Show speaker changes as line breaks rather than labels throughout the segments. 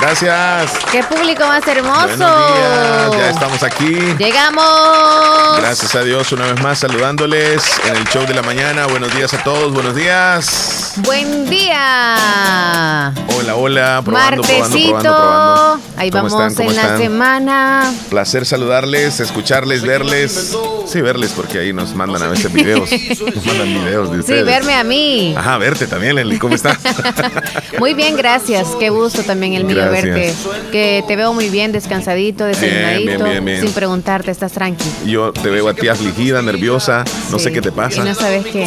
Gracias.
¡Qué público más hermoso!
Buenos días. Ya estamos aquí.
Llegamos.
Gracias a Dios una vez más saludándoles en el show de la mañana. Buenos días a todos. Buenos días.
Buen día.
Hola, hola. Probando,
Martesito.
probando, probando, probando.
Ahí
¿Cómo
vamos
están? ¿Cómo
en la
están?
semana.
Placer saludarles, escucharles, verles. Sí, verles porque ahí nos mandan a veces videos. Ah. Nos mandan videos de
Sí,
ustedes.
verme a mí.
Ajá, verte también, Leli. ¿Cómo estás?
Muy bien, gracias. Qué gusto también el mío
Gracias.
verte. Que te veo muy bien, descansadito, desayunadito.
bien, bien.
Sin preguntarte, estás tranqui.
Yo te veo a ti afligida, nerviosa. No sé
Sí.
qué te
Y
pasa.
no sabes qué.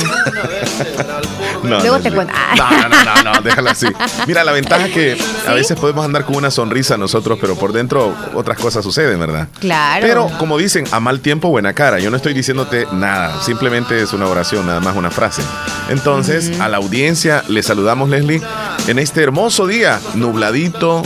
No,
Luego
no,
te
sí.
cuento. Ah,
No, no, no, no, déjala así. Mira, la ventaja es que a veces podemos andar con una sonrisa nosotros, pero por dentro otras cosas suceden, ¿verdad?
Claro.
Pero como dicen, a mal tiempo, buena cara. Yo no estoy diciéndote nada, simplemente es una oración, nada más una frase. Entonces, a la audiencia le saludamos, Leslie, en este hermoso día, nubladito,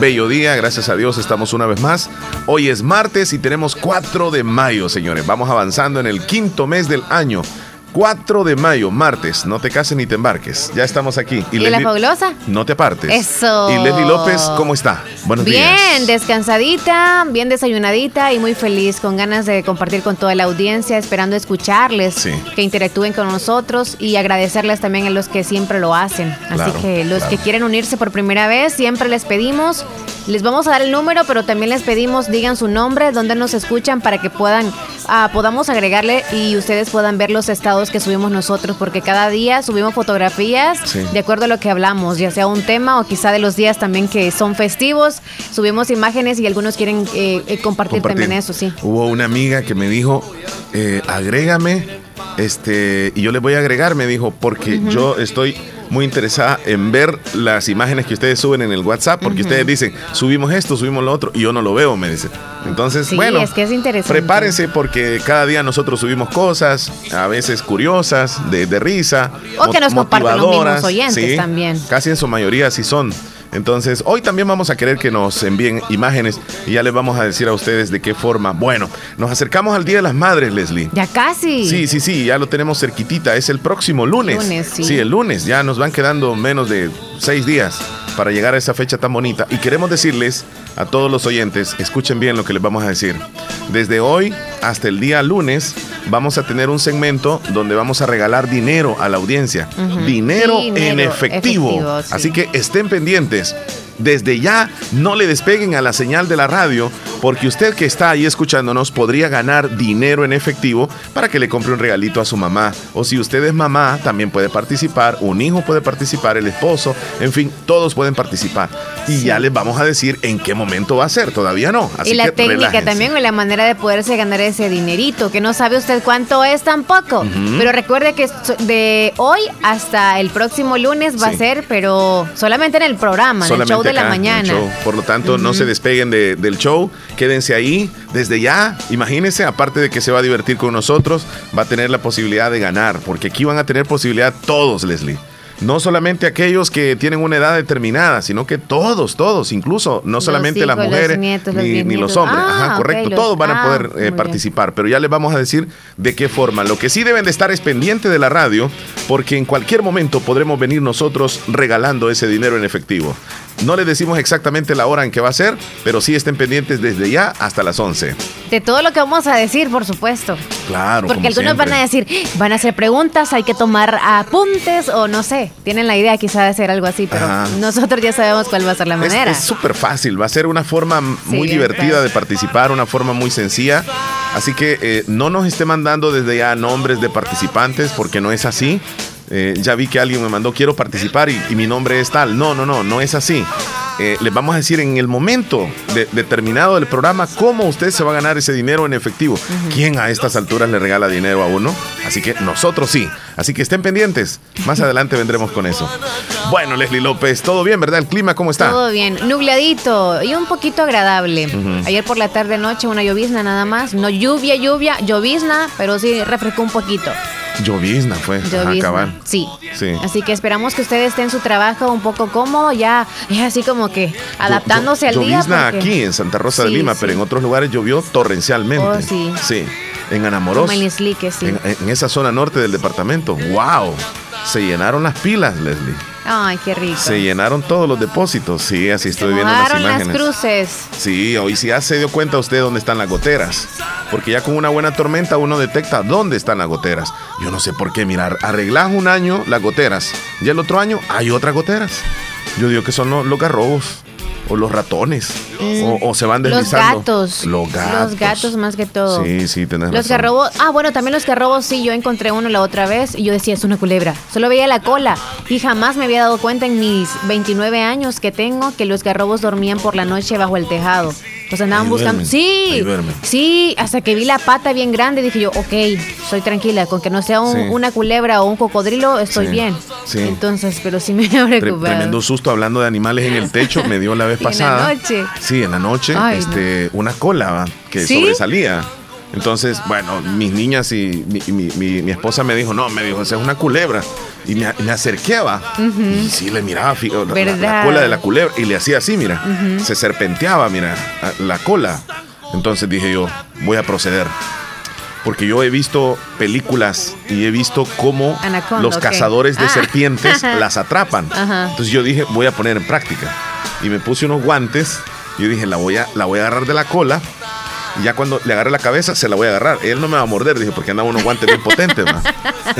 bello día, gracias a Dios estamos una vez más. Hoy es martes y tenemos 4 de mayo, señores. Vamos avanzando en el quinto mes del año. 4 de mayo, martes, no te cases ni te embarques. Ya estamos aquí.
¿Y, la
Leslie-
fabulosa?
No te apartes.
Eso.
Y Leslie López, ¿cómo está? Buenos días.
Bien, descansadita, bien desayunadita y muy feliz, con ganas de compartir con toda la audiencia, esperando escucharles,
Sí.
que interactúen con nosotros y agradecerles también a los que siempre lo hacen. Así
Claro,
que los
claro.
que quieren unirse por primera vez, siempre les pedimos, les vamos a dar el número, pero también les pedimos, digan su nombre, dónde nos escuchan para que puedan, ah, podamos agregarle y ustedes puedan ver los estados que subimos nosotros, porque cada día subimos fotografías
Sí.
de acuerdo a lo que hablamos, ya sea un tema o quizá de los días también que son festivos, subimos imágenes y algunos quieren eh, eh, compartir,
compartir.
también eso, sí.
Hubo una amiga que me dijo, eh, agrégame, este, y yo le voy a agregar, me dijo, porque yo estoy muy interesada en ver las imágenes que ustedes suben en el WhatsApp, porque ustedes dicen, subimos esto, subimos lo otro, y yo no lo veo, me dice. Entonces,
Sí,
bueno,
es que es interesante.
prepárense porque cada día nosotros subimos cosas, a veces curiosas, de, de risa,
O que
mo-
nos compartan los mismos
motivadoras,
oyentes también.
Casi en su mayoría sí son. Entonces, hoy también vamos a querer que nos envíen imágenes y ya les vamos a decir a ustedes de qué forma. Bueno, nos acercamos al Día de las Madres, Leslie.
Ya casi.
Sí, sí, sí, ya lo tenemos cerquitita. Es el próximo lunes.
Lunes, sí.
el lunes. Ya nos van quedando menos de seis días para llegar a esa fecha tan bonita. Y queremos decirles a todos los oyentes, escuchen bien lo que les vamos a decir. Desde hoy hasta el día lunes vamos a tener un segmento donde vamos a regalar dinero a la audiencia.
Ujú.
dinero, en
Dinero
efectivo.
efectivo, sí.
Así que estén pendientes. Desde ya no le despeguen a la señal de la radio porque usted que está ahí escuchándonos podría ganar dinero en efectivo para que le compre un regalito a su mamá. O si usted es mamá, también puede participar, un hijo puede participar, el esposo, en fin, todos pueden participar. Y ya les vamos a decir en qué momento va a ser, todavía no. Así
y la
que
técnica
relájense.
también o la manera de poderse ganar ese dinerito, que no sabe usted cuánto es tampoco. Pero recuerde que so- de hoy hasta el próximo lunes va
Sí.
a ser, pero solamente en el programa, en el show de la
acá, en el
mañana.
show. Por lo tanto, no se despeguen de- del show, quédense ahí desde ya. Imagínense, aparte de que se va a divertir con nosotros, va a tener la posibilidad de ganar, porque aquí van a tener posibilidad todos, Leslie. No solamente aquellos que tienen una edad determinada, sino que todos, todos, incluso no
Los
solamente las
hijos, los
mujeres
nietos, los
ni, ni los
bisnietos.
hombres.
Ah,
Ajá,
ok,
correcto.
los-
todos van a
ah,
poder
muy
eh,
bien.
participar, pero ya les vamos a decir de qué forma. Lo que sí deben de estar es pendiente de la radio, porque en cualquier momento podremos venir nosotros regalando ese dinero en efectivo. No les decimos exactamente la hora en que va a ser, pero sí estén pendientes desde ya hasta las 11.
De todo lo que vamos a decir, por supuesto.
Claro.
Porque
como
algunos van a
siempre.
decir, van a hacer preguntas, hay que tomar apuntes o no sé, tienen la idea quizá de hacer algo así, pero
Ajá.
nosotros ya sabemos cuál va a ser la
Es-
manera.
Es súper fácil, va a ser una forma m-
Sí,
muy
bien
divertida
fácil.
de participar, una forma muy sencilla. Así que eh, no nos esté mandando desde ya nombres de participantes porque no es así. Eh, ya vi que alguien me mandó quiero participar y, y mi nombre es tal. No, no, no, no es así. eh, les vamos a decir en el momento de- determinado del programa cómo usted se va a ganar ese dinero en efectivo. ¿Quién a estas alturas le regala dinero a uno? Así que nosotros sí. Así que estén pendientes. Más adelante vendremos con eso. Bueno, Leslie López, todo bien, ¿verdad? ¿El clima cómo está?
Todo bien, nubladito y un poquito agradable.
Ujú.
Ayer por la tarde noche una llovizna nada más, no lluvia, lluvia, llovizna, pero sí refrescó un poquito.
Llovizna fue. Ajá,
Llovizna.
cabal.
Sí.
Sí.
Así que esperamos que ustedes estén en su trabajo un poco cómodo, ya es así como que adaptándose
Llo-
al día.
llovizna
porque-
aquí en Santa Rosa de
Sí,
Lima,
sí.
pero en otros lugares llovió torrencialmente.
Oh, sí.
En Anamoros.
Como en Islique, sí.
En, en esa zona norte del departamento. ¡Wow! Se llenaron las pilas, Leslie.
Ay, qué rico.
Se llenaron todos los depósitos. Sí, así estoy viendo las
Mojaron Pues. las
imágenes.
cruces.
Sí, hoy sí ya se dio cuenta usted dónde están las goteras. Porque ya con una buena tormenta uno detecta dónde están las goteras. Yo no sé por qué, mirar, arreglás un año las goteras y el otro año hay otras goteras. Yo digo que son lo- los, garrobos o los ratones o, o se van
Los
deslizando.
gatos.
Los gatos.
Los gatos más que todo.
Sí, sí, tenés
Los
razón.
garrobos, ah, bueno, también los garrobos, sí, yo encontré uno la otra vez y yo decía, es una culebra. Solo veía la cola y jamás me había dado cuenta en mis 29 años que tengo que los garrobos dormían por la noche bajo el tejado. Los andaban
Ahí
buscando.
duermen, ahí
sí,
duermen.
sí, hasta que vi la pata bien grande dije yo, ok, soy tranquila, con que no sea un-
Sí.
una culebra o un cocodrilo, estoy
Sí,
bien.
sí.
Entonces, pero sí me ha
Tre-
preocupado.
Tremendo susto hablando de animales en el techo me dio la vez
Y en la
pasada.
noche.
Sí, en la noche,
Ay,
este, una cola ¿va? que
¿Sí?
sobresalía. Entonces, bueno, mis niñas y mi, y mi- mi- mi esposa me dijo, no, me dijo, esa es una culebra. Y me, me acerqueaba. Y sí, le miraba fi- la- la, la
¿Verdad?
cola de la culebra. Y le hacía así, mira. Se serpenteaba, mira, a- la cola. Entonces dije yo, voy a proceder. Porque yo he visto películas y he visto cómo
Anaconda,
los
ok.
cazadores de
Ah.
serpientes las atrapan.
Ajá.
Entonces yo dije, voy a poner en práctica. Y me puse unos guantes. Yo dije, la voy a, la voy a agarrar de la cola. Y ya cuando le agarre la cabeza, se la voy a agarrar. Él no me va a morder, dije, porque andaba unos guantes bien potentes. ¿va?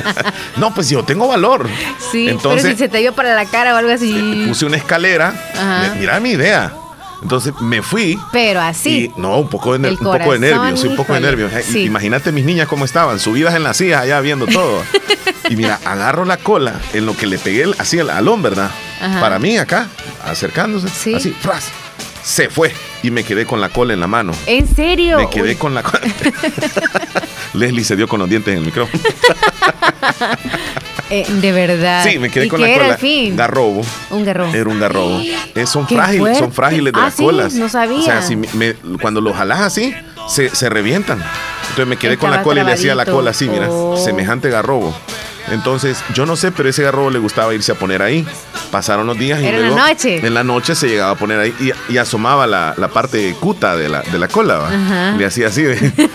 no, pues yo tengo valor.
Sí, pero si
Entonces
se te vio para la cara o algo
eh,
así.
puse una escalera.
Ajá.
Me- Mira mi idea. Entonces me fui.
Pero así.
Y, no, un poco de, ner-
El
un poco de
corazón,
nervios, sí, un poco de
híjole.
nervios. Eh,
Sí.
Imagínate mis niñas cómo estaban, subidas en la silla allá viendo todo. y mira, agarro la cola en lo que le pegué el- así al alón, ¿verdad?
Ajá.
Para mí acá, acercándose,
Sí.
así, fras, se fue y me quedé con la cola en la mano.
¿En serio?
Me quedé
Uy,
con la cola. Leslie se dio con los dientes en el micrófono.
eh, de verdad.
Sí, me quedé
¿Y
con
qué
la
era
cola.
el fin?
Garrobo.
Un garrobo.
Era un garrobo. Eh, son
¡Qué
frágiles, son
fuerte!
frágiles de
Ah,
las
sí,
colas.
no sabía.
O sea, si me- me- cuando los jalás así, se, se revientan. Entonces me quedé con la
Estaba
cola y le hacía la
trabadito.
cola así, mira,
Oh.
semejante garrobo. Entonces, yo no sé, pero ese garrobo le gustaba irse a poner ahí. Pasaron los días y
Era en la
luego,
noche.
En la noche se llegaba a poner ahí y, y asomaba la, la parte cuta de la, de la cola. ¿va?
Ajá.
Le hacía así,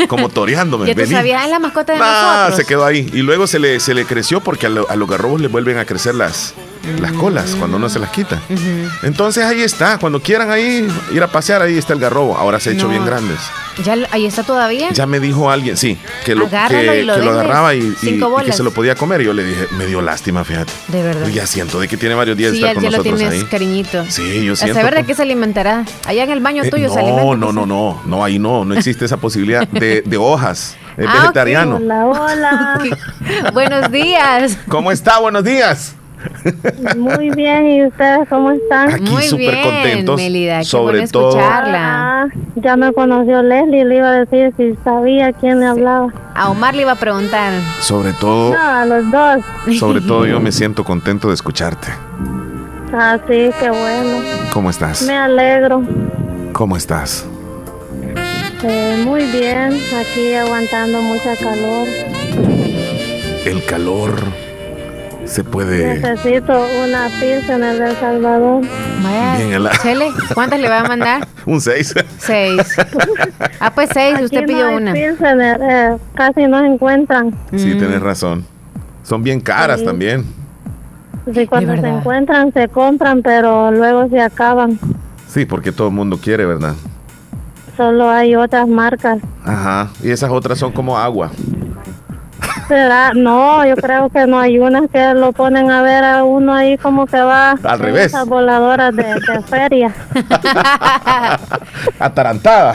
como toreándome.
Ya tú
"Vení".
sabías, es la mascota de
Nah,
nosotros.
se quedó ahí. Y luego se le, se le creció porque a, lo- a los garrobos le vuelven a crecer las, las colas cuando uno se las quita. Entonces ahí está. Cuando quieran ahí ir a pasear, ahí está el garrobo. Ahora se ha hecho
No. Eh.
bien grandes.
¿Ya lo- ahí está todavía?
Ya me dijo alguien, sí, que lo, que,
Agárralo y lo
que lo
vendes.
agarraba y, y-
Cinco
y que
bolas.
se lo podía comer. Y yo le dije, me dio lástima, fíjate.
De verdad.
Ya siento de que tiene varios días de
sí,
estar
ya,
con
ya lo
nosotros
tienes,
ahí.
cariñito.
Sí, yo
A
siento,
saber de
pues.
qué se alimentará. Allá en el baño
Eh,
tuyo se alimenta.
no, no, no, no, no, ahí no, no existe esa posibilidad de, de hojas. Es
Ah, ok,
vegetariano.
Hola, hola.
no. Buenos días.
¿Cómo está? Buenos días.
Muy bien, ¿y ustedes cómo están?
Aquí
Muy
súper
bien,
contentos.
Melida, qué
sobre
bueno
todo.
escucharla.
Ah, ya me conoció Leslie, le iba a decir si sabía quién le hablaba.
A Omar le iba a preguntar.
Sobre
No,
todo.
a los dos.
Oh. Sobre todo yo me siento contento de escucharte.
Así que Ah, bueno,
¿Cómo estás?
me alegro.
¿Cómo estás?
Eh, muy bien, aquí aguantando mucha calor.
Eh. El calor se puede.
Necesito una pizza en el El Salvador.
Vaya,
Bien, el-
Chele, ¿cuántas le va a mandar?
Un 6.
Seis. Ah, pues seis,
Aquí
usted
no
pidió
hay
una.
Pilsener, eh, casi no se encuentran.
Sí,
Mm.
tienes razón. Son bien caras
Sí.
también.
Sí, cuando se
verdad.
encuentran se compran, pero luego se acaban.
Sí, porque todo el mundo quiere, ¿verdad?
Solo hay otras marcas.
Ajá. Y esas otras son como agua.
¿Será? No, yo creo que no hay unas que lo ponen a ver a uno ahí como que va.
Al revés.
Esas voladoras de, de feria.
Atarantada.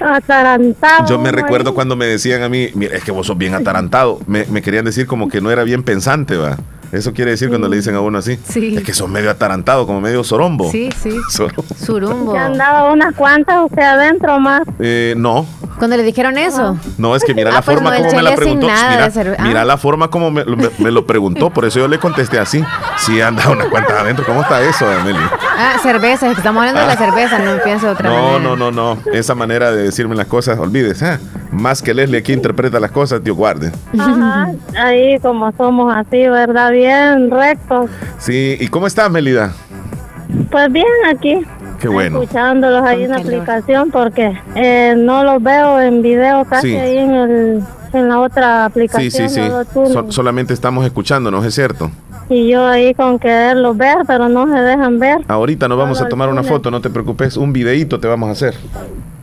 Atarantado.
Yo me
uno ahí.
recuerdo cuando me decían a mí, mira, es que vos sos bien atarantado. Me, me querían decir como que no era bien pensante, ¿va? Eso quiere decir cuando le dicen a uno así.
Sí.
Es que sos medio atarantado, como medio sorombo.
Sí, sí.
Soro-
Surumbo.
Se han dado unas cuantas usted adentro más.
Eh, no,
Cuando le dijeron eso.
no, es que mira
Ah,
la
pues
forma
no, el
como me la
chele sin
preguntó.
nada
Mira,
de cerve-
mira
Ah.
la forma como me, me- me lo preguntó, por eso yo le contesté así. Sí, anda unas cuantas adentro. ¿Cómo está eso, Emily?
Ah, cerveza. Estamos hablando de la
Ah.
cerveza, no pienso de otra
No,
manera.
no, no, no. Esa manera de decirme las cosas, olvides. ah, Más que Leslie aquí interpreta las cosas, Dios guarde.
Ajá, ahí como somos así, ¿verdad? Bien rectos.
Sí, ¿y cómo estás, Melida?
Pues bien, aquí.
Qué bueno.
Escuchándolos ahí en la
Con calor.
aplicación porque eh, no los veo en video casi
Sí.
ahí en, el, en la otra
Sí,
aplicación.
sí, sí.
no lo tuve.
Sol- solamente estamos escuchándonos, es cierto.
y yo ahí con quererlos ver, pero no se dejan ver.
Ahorita nos vamos
Solo
a tomar una
algunas.
foto, no te preocupes. Un videíto te vamos a hacer.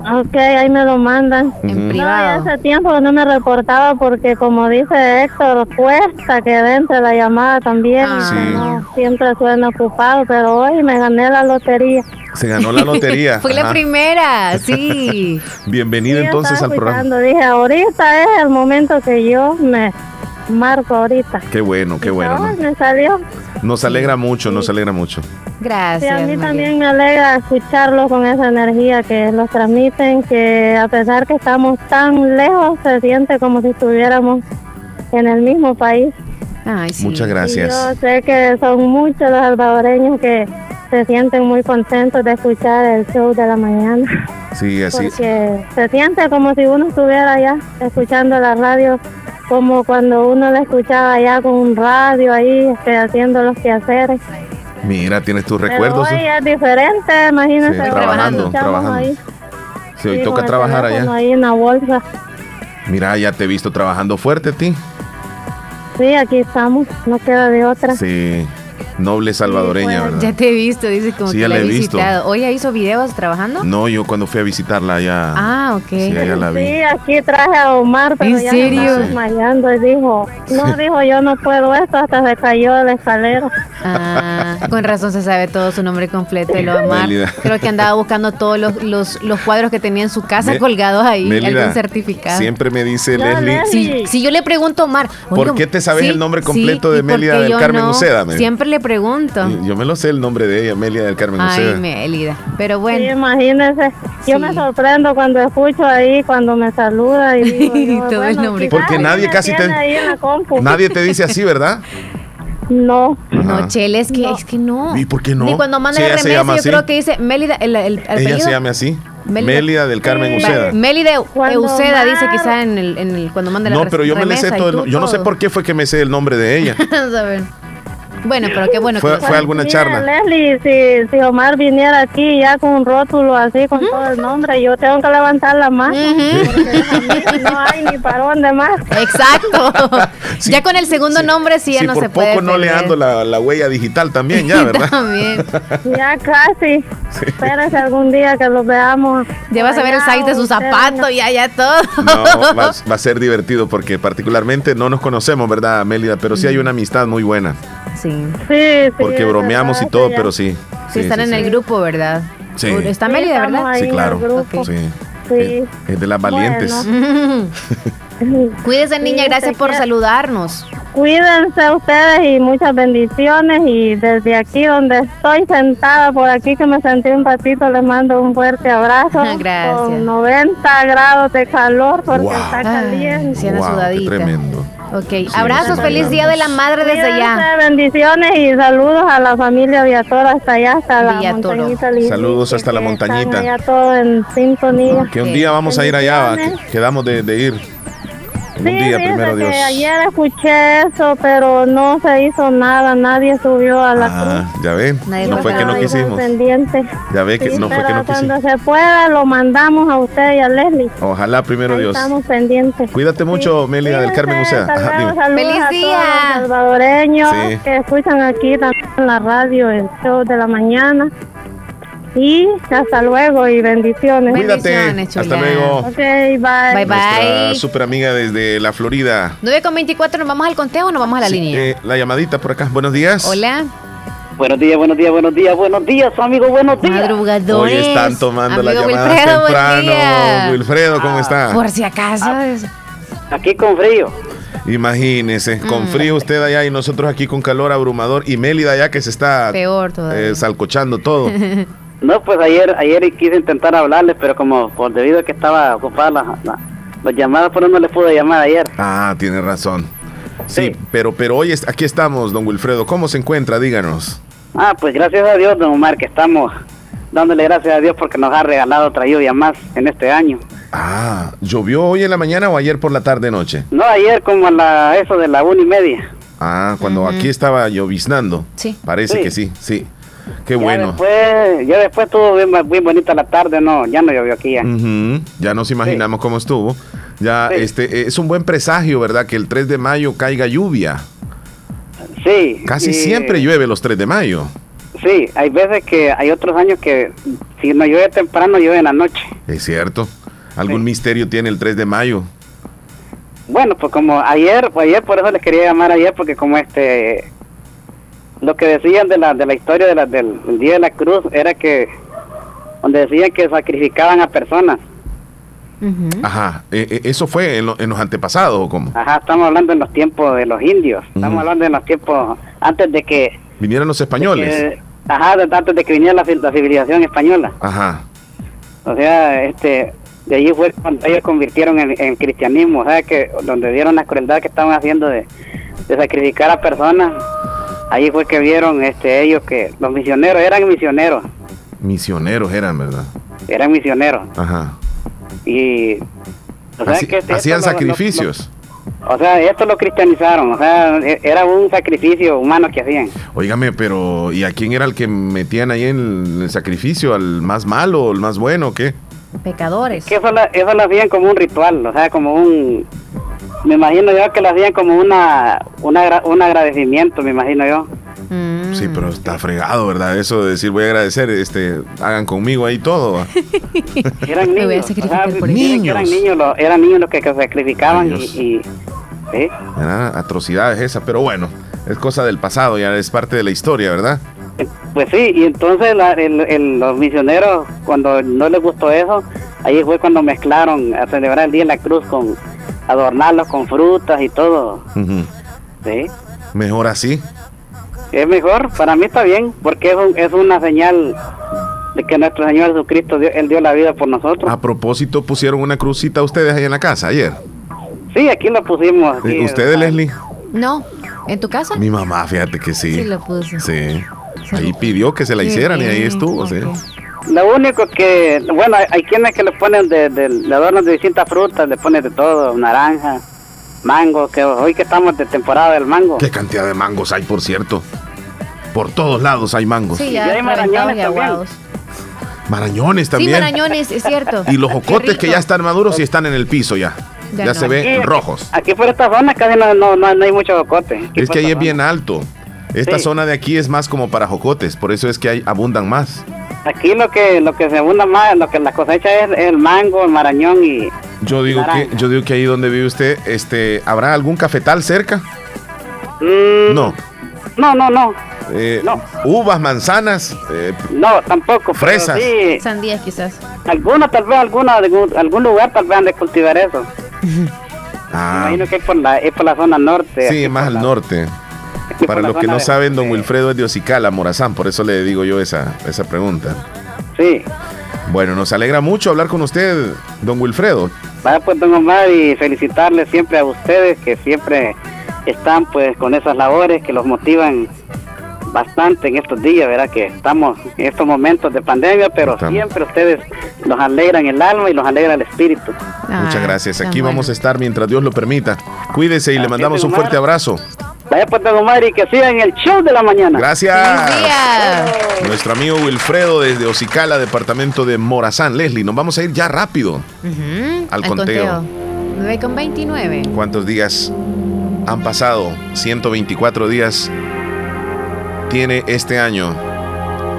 Ok, ahí me lo mandan.
En
No, ya
privado.
hace tiempo que no me reportaba porque como dice Héctor, cuesta que entre la llamada también.
Ah.
Sí.
No, siempre suena ocupado, pero hoy me gané la lotería.
Se ganó la lotería.
Fue la
Ajá.
primera, sí.
Bienvenido
Sí, yo
entonces al
estaba
programa.
escuchando, Dije, ahorita es el momento que yo me marco ahorita.
Qué bueno, qué bueno.
Ay,
¿no?
me salió.
Nos alegra mucho, nos alegra mucho.
Sí,
Gracias.
a mí
María.
también me alegra escucharlos con esa energía que los transmiten, que a pesar que estamos tan lejos, se siente como si estuviéramos en el mismo país.
Ay, sí.
Muchas
Y yo
gracias.
sé que son muchos los salvadoreños que se sienten muy contentos de escuchar el show de la mañana,
Sí, así.
porque se siente como si uno estuviera allá escuchando la radio, como cuando uno la escuchaba allá con un radio ahí, este, haciendo los quehaceres.
Mira, tienes tus recuerdos.
Pero hoy es diferente, imagínense.
Sí,
ahora
trabajando,
escuchamos
trabajando.
ahí,
Si hoy
sí, con
toca
el
trabajar
teléfono
allá.
Ahí en la bolsa.
Mira, ya te he visto trabajando fuerte a ti.
Sí, aquí estamos, no queda de otra.
Sí. Noble salvadoreña,
bueno,
¿verdad?
Ya te he visto, dice como
Sí,
que
ya
la
la
he
he visto.
visitado. ¿Hoy ya hizo videos trabajando?
No, yo cuando fui a visitarla allá.
Ah, ok.
Sí, allá la vi.
Sí, aquí traje a Omar, pero
¿En
ya
serio?
se estaba desmayando y dijo, no, dijo, yo no puedo esto, hasta se cayó de la escalera.
Ah, con razón se sabe todo su nombre completo y lo amar.
Mélida.
Creo que andaba buscando todos los, los, los cuadros que tenía en su casa
Me-
colgados ahí,
Mélida,
algún certificado.
Siempre me dice
No,
Leslie.
Leslie.
Si, si yo le pregunto a Omar,
¿Por
oiga,
qué te sabes el nombre completo de
¿y por
Mélida
qué
del
yo
Carmen Uceda, me- Mm.
Siempre le pregunto.
Yo me lo sé el nombre de ella, Amelia del Carmen
Ay,
Uceda.
Mélida. Pero
Sí,
bueno,
imagínense,
Sí.
yo me sorprendo cuando escucho ahí, cuando me saluda y digo,
Y
yo,
todo el
bueno,
nombre.
quizás
Porque
alguien
nadie
me
casi te-
tiene ahí en la compu.
Nadie te dice así, ¿verdad?
No.
Ajá.
no, Chele, es que,
No.
es que no.
¿Y por qué no?
Ni cuando manda
Si
el
ella se
remesa, yo
llama así.
creo que dice Mélida, el, el, el
Ella
apellido.
se llama así.
Mélida.
Mélida, del Carmen
Sí.
Uceda.
Va- Mélida
Cuando
Euceda
Omar-
dice quizá en el, en el- cuando manda la
No,
res-
pero yo me le sé
remesa y
todo. el
tú
no- Yo no sé
todo.
por qué fue que me sé el nombre de ella.
Vamos a ver. Bueno, pero qué bueno
Fue-
que lo
fue
sabe.
alguna
Mira,
charla.
Leslie, si, si Omar viniera aquí ya con un rótulo así, con todo el nombre, yo tengo que levantar la mano. porque no hay ni parón de más.
Exacto.
Sí.
ya con el segundo
Sí.
nombre sí ya
Sí,
no
por
se
poco
puede.
no le
perder.
ando la, la huella digital también, ya, ¿verdad?
También.
Ya casi. Espérese algún día que los veamos.
Ya vas a ver el
allá,
size de su
ustedes
zapato, ya, ya todo.
No, va, a- va a ser divertido porque particularmente no nos conocemos, ¿verdad, Mélida? Pero
Mm.
sí hay una amistad muy buena.
Sí.
van- Sí, sí.
Porque
es
bromeamos y
verdad,
todo,
ya.
pero sí.
Sí, están en
sí.
el grupo, ¿verdad?
Sí.
Está
Sí,
Mérida,
estamos
¿verdad?
ahí
Sí,
en el
claro.
grupo.
Sí.
Sí.
Es- Es de las valientes.
Bueno.
Cuídese, niña.
Sí,
Gracias
te
por
quiero.
saludarnos.
Cuídense ustedes y muchas bendiciones. Y desde aquí donde estoy sentada, por aquí que me senté un ratito, les mando un fuerte abrazo.
Gracias.
Con 90 grados de calor porque
Wow.
está
Ay,
caliente.
sí, anda
Guau, qué
sudadita.
tremendo.
Ok.
nos
Abrazos. Feliz Día de la
imaginamos.
Madre desde allá.
Cuídense, bendiciones y saludos a la familia Viator hasta allá, hasta la
Villatoro.
montañita lindísima
Saludos hasta la
que están
montañita.
allá todo en sintonía.
Que un día vamos a ir allá, va, que- quedamos de, de ir. Un
Sí,
día,
fíjese
primero
que
Dios.
ayer escuché eso, pero no se hizo nada, nadie subió a la cruz.
Ah, ya ven,
Nadie
no
lo
fue que no
sabe.
quisimos.
Pendiente.
Ya ve que
Sí,
no fue
pero
que no
cuando
quisimos.
se pueda lo mandamos a usted y a Leslie.
Ojalá primero
Ahí
Dios.
estamos pendientes.
Cuídate mucho, Mélida del Carmen
Cuídense,
Uceda.
hasta
Ajá,
luego,
dime.
¡Feliz
saludos a todos
día!
los salvadoreños
Sí.
que escuchan aquí también en la radio, el show de la mañana. Y hasta luego y bendiciones.
Cuídate.
Bendiciones,
Hasta
chula.
luego.
Ok, bye.
Bye, bye.
Nuestra super amiga desde la Florida.
9 con 24, ¿nos vamos al conteo o nos vamos a la
Sí,
línea?
eh, la llamadita por acá. Buenos días.
Hola.
Buenos días, buenos días, buenos días, buenos días, amigo, buenos días.
Madrugadores.
Hoy están tomando la
Amigo
llamada
Wilfredo, buen
temprano.
día.
Wilfredo, ¿cómo
Ah.
está?
Por si acaso. es-
Aquí con frío.
Imagínese,
Mm.
con frío usted allá y nosotros aquí con calor abrumador y Mélida allá que se está
Ah, Peor todavía.
eh, salcochando todo.
No, pues ayer ayer quise intentar hablarles, pero como por debido a que estaba ocupada la, la- las llamadas, por eso no les pude llamar ayer.
Ah, tiene razón. Sí,
Sí.
pero pero hoy es- aquí estamos, don Wilfredo. ¿Cómo se encuentra? Díganos.
Ah, pues gracias a Dios, don Omar, que estamos dándole gracias a Dios porque nos ha regalado otra lluvia más en este año.
Ah, ¿llovió hoy en la mañana o ayer por la tarde noche?
No, ayer como a la, eso de la una y media.
Ah, cuando aquí estaba lloviznando.
Sí.
Parece
Sí.
que sí, sí. Qué
ya
bueno.
Después, ya después estuvo bien, bien bonita la tarde, no, ya no llovió aquí ya.
Ujú, Ya nos imaginamos cómo estuvo. Ya
Sí.
este eh, es un buen presagio, ¿verdad? Que el 3 de mayo caiga lluvia.
Sí.
Casi
y-
siempre llueve los 3 de mayo.
Sí, hay veces que hay otros años que si no llueve temprano, llueve en la noche.
Es cierto. Algún
Sí.
misterio tiene el 3 de mayo.
Bueno, pues como ayer, pues ayer por eso les quería llamar ayer, porque como este, lo que decían de la, de la historia de la- del, del Día de la Cruz era que, donde decían que sacrificaban a personas.
Ujú.
Ajá. Eh, eh, eso fue en, lo- en los antepasados o cómo.
Ajá, estamos hablando en los tiempos de los indios, estamos
Ujú.
hablando en los tiempos antes de que...
Vinieron los españoles.
que- ajá, de- antes de que viniera la, civil- la civilización española.
Ajá.
O sea, este, de allí fue cuando ellos convirtieron en, en cristianismo, o sea, que donde vieron la crueldad que estaban haciendo de, de sacrificar a personas, ahí fue que vieron este, ellos que los misioneros eran misioneros,
Misioneros eran, ¿verdad?
eran misioneros.
Ajá.
Y. o sea,
Haci-
que este-
hacían
esto lo- lo-
sacrificios.
lo- o sea, esto lo cristianizaron, o sea, e- era un sacrificio humano que hacían.
Óigame, pero ¿y a quién era el que metían ahí en el, sacrificio? ¿Al más malo o el más bueno o qué?
Pecadores.
Que eso, lo- eso lo hacían como un ritual, o sea, como un. Me imagino yo que lo hacían como una, una gra- un agradecimiento, me imagino yo.
Mm.
Sí, pero está fregado, ¿verdad? Eso de decir voy a agradecer, este, hagan conmigo ahí todo. ¿va?
Eran
Me
niños.
voy a sacrificar por
eran-
ellos.
Eran niños, los, eran niños los que, que sacrificaban
Ay,
y,
Dios.
y- ¿sí?
Eran atrocidades esas, pero bueno, es cosa del pasado, ya es parte de la historia, ¿verdad?
Pues sí, y entonces la- el- el- los misioneros, cuando no les gustó eso, ahí fue cuando mezclaron a celebrar el Día de la Cruz con adornarlos con frutas y todo.
Ujú.
¿sí?
Mejor así.
Es mejor, para mí está bien, porque es, un- es una señal de que nuestro Señor Jesucristo, dio- Él dio la vida por nosotros.
A propósito, pusieron una crucita ustedes ahí en la casa ayer.
Sí, aquí lo pusimos. aquí,
Eh, ¿Ustedes,
ah,
Leslie?
No, ¿en tu casa?
Mi mamá, fíjate que sí.
Sí, lo puso.
Sí. Ahí pidió que se la
Qué
hicieran y ahí
bien,
estuvo, sí.
ok.
Lo único que, bueno, hay- hay quienes que le ponen de, de, le adornan de distintas frutas, le ponen de todo, naranja, mango, que hoy que estamos de temporada del mango.
Qué cantidad de mangos hay, por cierto. Por todos lados hay mangos.
Sí,
Y
ya
hay
reventados
marañones
y aguados.
Marañones
Sí,
también.
marañones, es cierto.
Y los
Qué
jocotes que
rico.
ya están maduros y están en el piso ya. Ya,
Ya no.
se ven
Aquí-
rojos.
Aquí por esta zona casi no, no, no- no hay mucho jocote. Aquí
Es
por
que ahí
esta
es bien
zona.
alto. Esta
Sí.
zona de aquí es más como para jocotes, por eso es que hay, abundan más.
Aquí lo que, lo que se abunda más, lo que la cosecha es, es el mango, el marañón y...
Yo digo que,
Naranja.
yo digo que ahí donde vive usted, este, ¿habrá algún cafetal cerca?
mm,
No.
No, no, no,
Eh,
No.
Uvas, manzanas, eh,
no, tampoco. pero
Fresas.
Sí,
Sandías quizás.
alguna, tal vez alguna, algún, algún lugar tal vez han de cultivar eso.
ah,
Me imagino que es por la, es por la zona norte.
sí,
aquí
más
por
al
la-
norte.
aquí por
Para
la
los que
zona
no
de-
saben, don
sí.
Wilfredo es de Ocicala, Morazán, por eso le digo yo esa, esa pregunta.
Sí,
Bueno, nos alegra mucho hablar con usted, don Wilfredo.
vaya pues don Omar y felicitarles siempre a ustedes que siempre están pues con esas labores que los motivan bastante en estos días, ¿verdad? Que estamos en estos momentos de pandemia, pero
Estamos.
siempre ustedes los alegran el alma y los alegra el espíritu.
Muchas gracias. Aquí vamos a
a...
estar mientras Dios lo permita. Cuídese y le
Así
mandamos
es,
un
Omar.
fuerte abrazo.
Vaya pues don Omar y que sigan el show de la mañana.
¡Feliz
Gracias.
día!
Nuestro amigo Wilfredo desde Ocicala, departamento de Morazán. Leslie, nos vamos a ir ya rápido.
Ujú,
Al conteo.
9 con 29.
¿Cuántos días han pasado? 124 días tiene este año.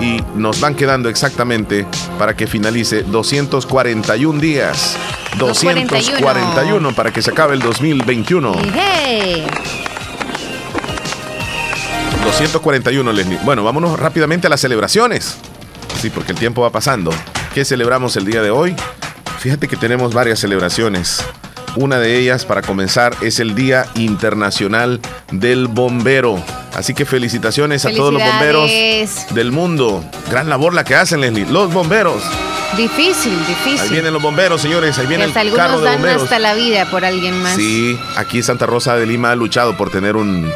Y nos van quedando exactamente para que finalice 241 días. 241,
241
para que se acabe el 2021.
Y hey,
241, Leslie. Bueno, vámonos rápidamente a las celebraciones. Sí, porque el tiempo va pasando. ¿Qué celebramos el día de hoy? Fíjate que tenemos varias celebraciones. Una de ellas, para comenzar, es el Día Internacional del Bombero. Así que felicitaciones a todos los bomberos
Felicidades.
del mundo. Gran labor la que hacen, Leslie. Los bomberos.
Difícil,
Ahí
difícil.
vienen los bomberos, señores. Ahí
Que
viene el
hasta
carro
algunos
de
dan
bomberos.
hasta la vida por alguien más.
Sí, aquí Santa Rosa de Lima ha luchado por tener un,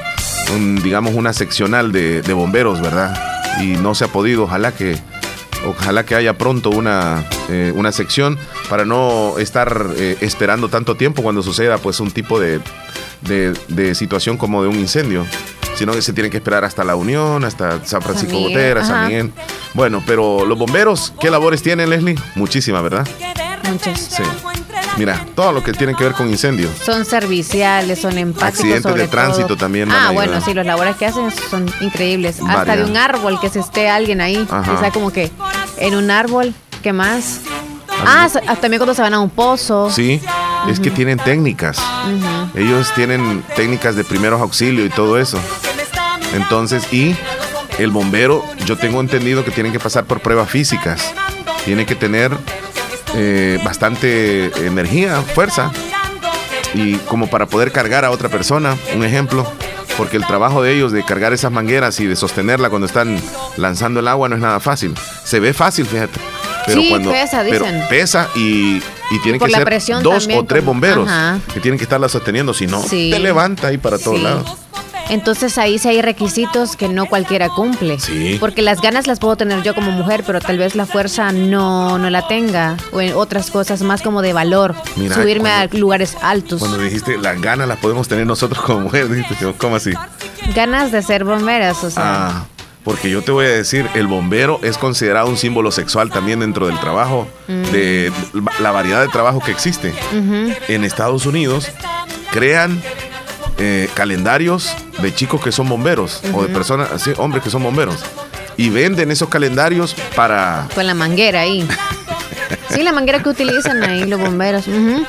un, digamos, una seccional de, de bomberos, ¿verdad? Y no se ha podido. Ojalá que, ojalá que haya pronto una, eh, una sección para no estar eh, esperando tanto tiempo cuando suceda, pues, un tipo de, de- de situación como de un incendio. Sino que se tienen que esperar hasta La Unión, hasta San Francisco
Miguel,
Botera, San
ajá.
Miguel. Bueno, pero los bomberos, ¿qué labores tienen, Leslie? Muchísimas, ¿verdad?
Muchos.
Sí. Mira, todo lo que tiene que ver con incendios.
Son serviciales, son empáticos.
Accidentes
sobre
de tránsito
todo.
también van
Ah,
a
bueno,
ayudar.
sí, los labores que hacen son increíbles. Hasta
Varias.
de un árbol que se esté alguien ahí.
Ajá.
O sea, como que en un árbol, ¿qué más? Ah, sa- ah, también cuando se van a un pozo.
Sí, es que tienen técnicas.
Ujú.
Ellos tienen técnicas de primeros auxilios y todo eso. Entonces, y el bombero, yo tengo entendido que tienen que pasar por pruebas físicas. Tiene que tener eh, bastante energía, fuerza, y como para poder cargar a otra persona, un ejemplo. Porque el trabajo de ellos de cargar esas mangueras y de sostenerla cuando están lanzando el agua no es nada fácil. Se ve fácil, fíjate.
Sí, pesa, dicen.
Pero pesa y, y tienen
por
que
la
ser
presión
dos
también,
o tres
como-
bomberos
Ajá.
que tienen que estarla sosteniendo, si no,
Sí.
te levanta ahí para todos
Sí.
lados.
Entonces ahí sí hay requisitos que no cualquiera cumple.
Sí.
Porque las ganas las puedo tener yo como mujer, pero tal vez la fuerza no, no la tenga. O en otras cosas más como de valor.
Mira,
Subirme
cuando-
a lugares altos.
Cuando dijiste las ganas las podemos tener nosotros como mujer, dijiste, yo, ¿cómo así?
Ganas de ser bomberas, o sea.
Ah, porque yo te voy a decir, el bombero es considerado un símbolo sexual también dentro del trabajo,
Mm.
de la variedad de trabajo que existe.
Ujú.
En Estados Unidos crean eh, calendarios de chicos que son bomberos o de personas, así, hombres que son bomberos. Y venden esos calendarios para
Con la manguera ahí. Sí, la manguera que utilizan ahí los bomberos. Ujú.
Mm.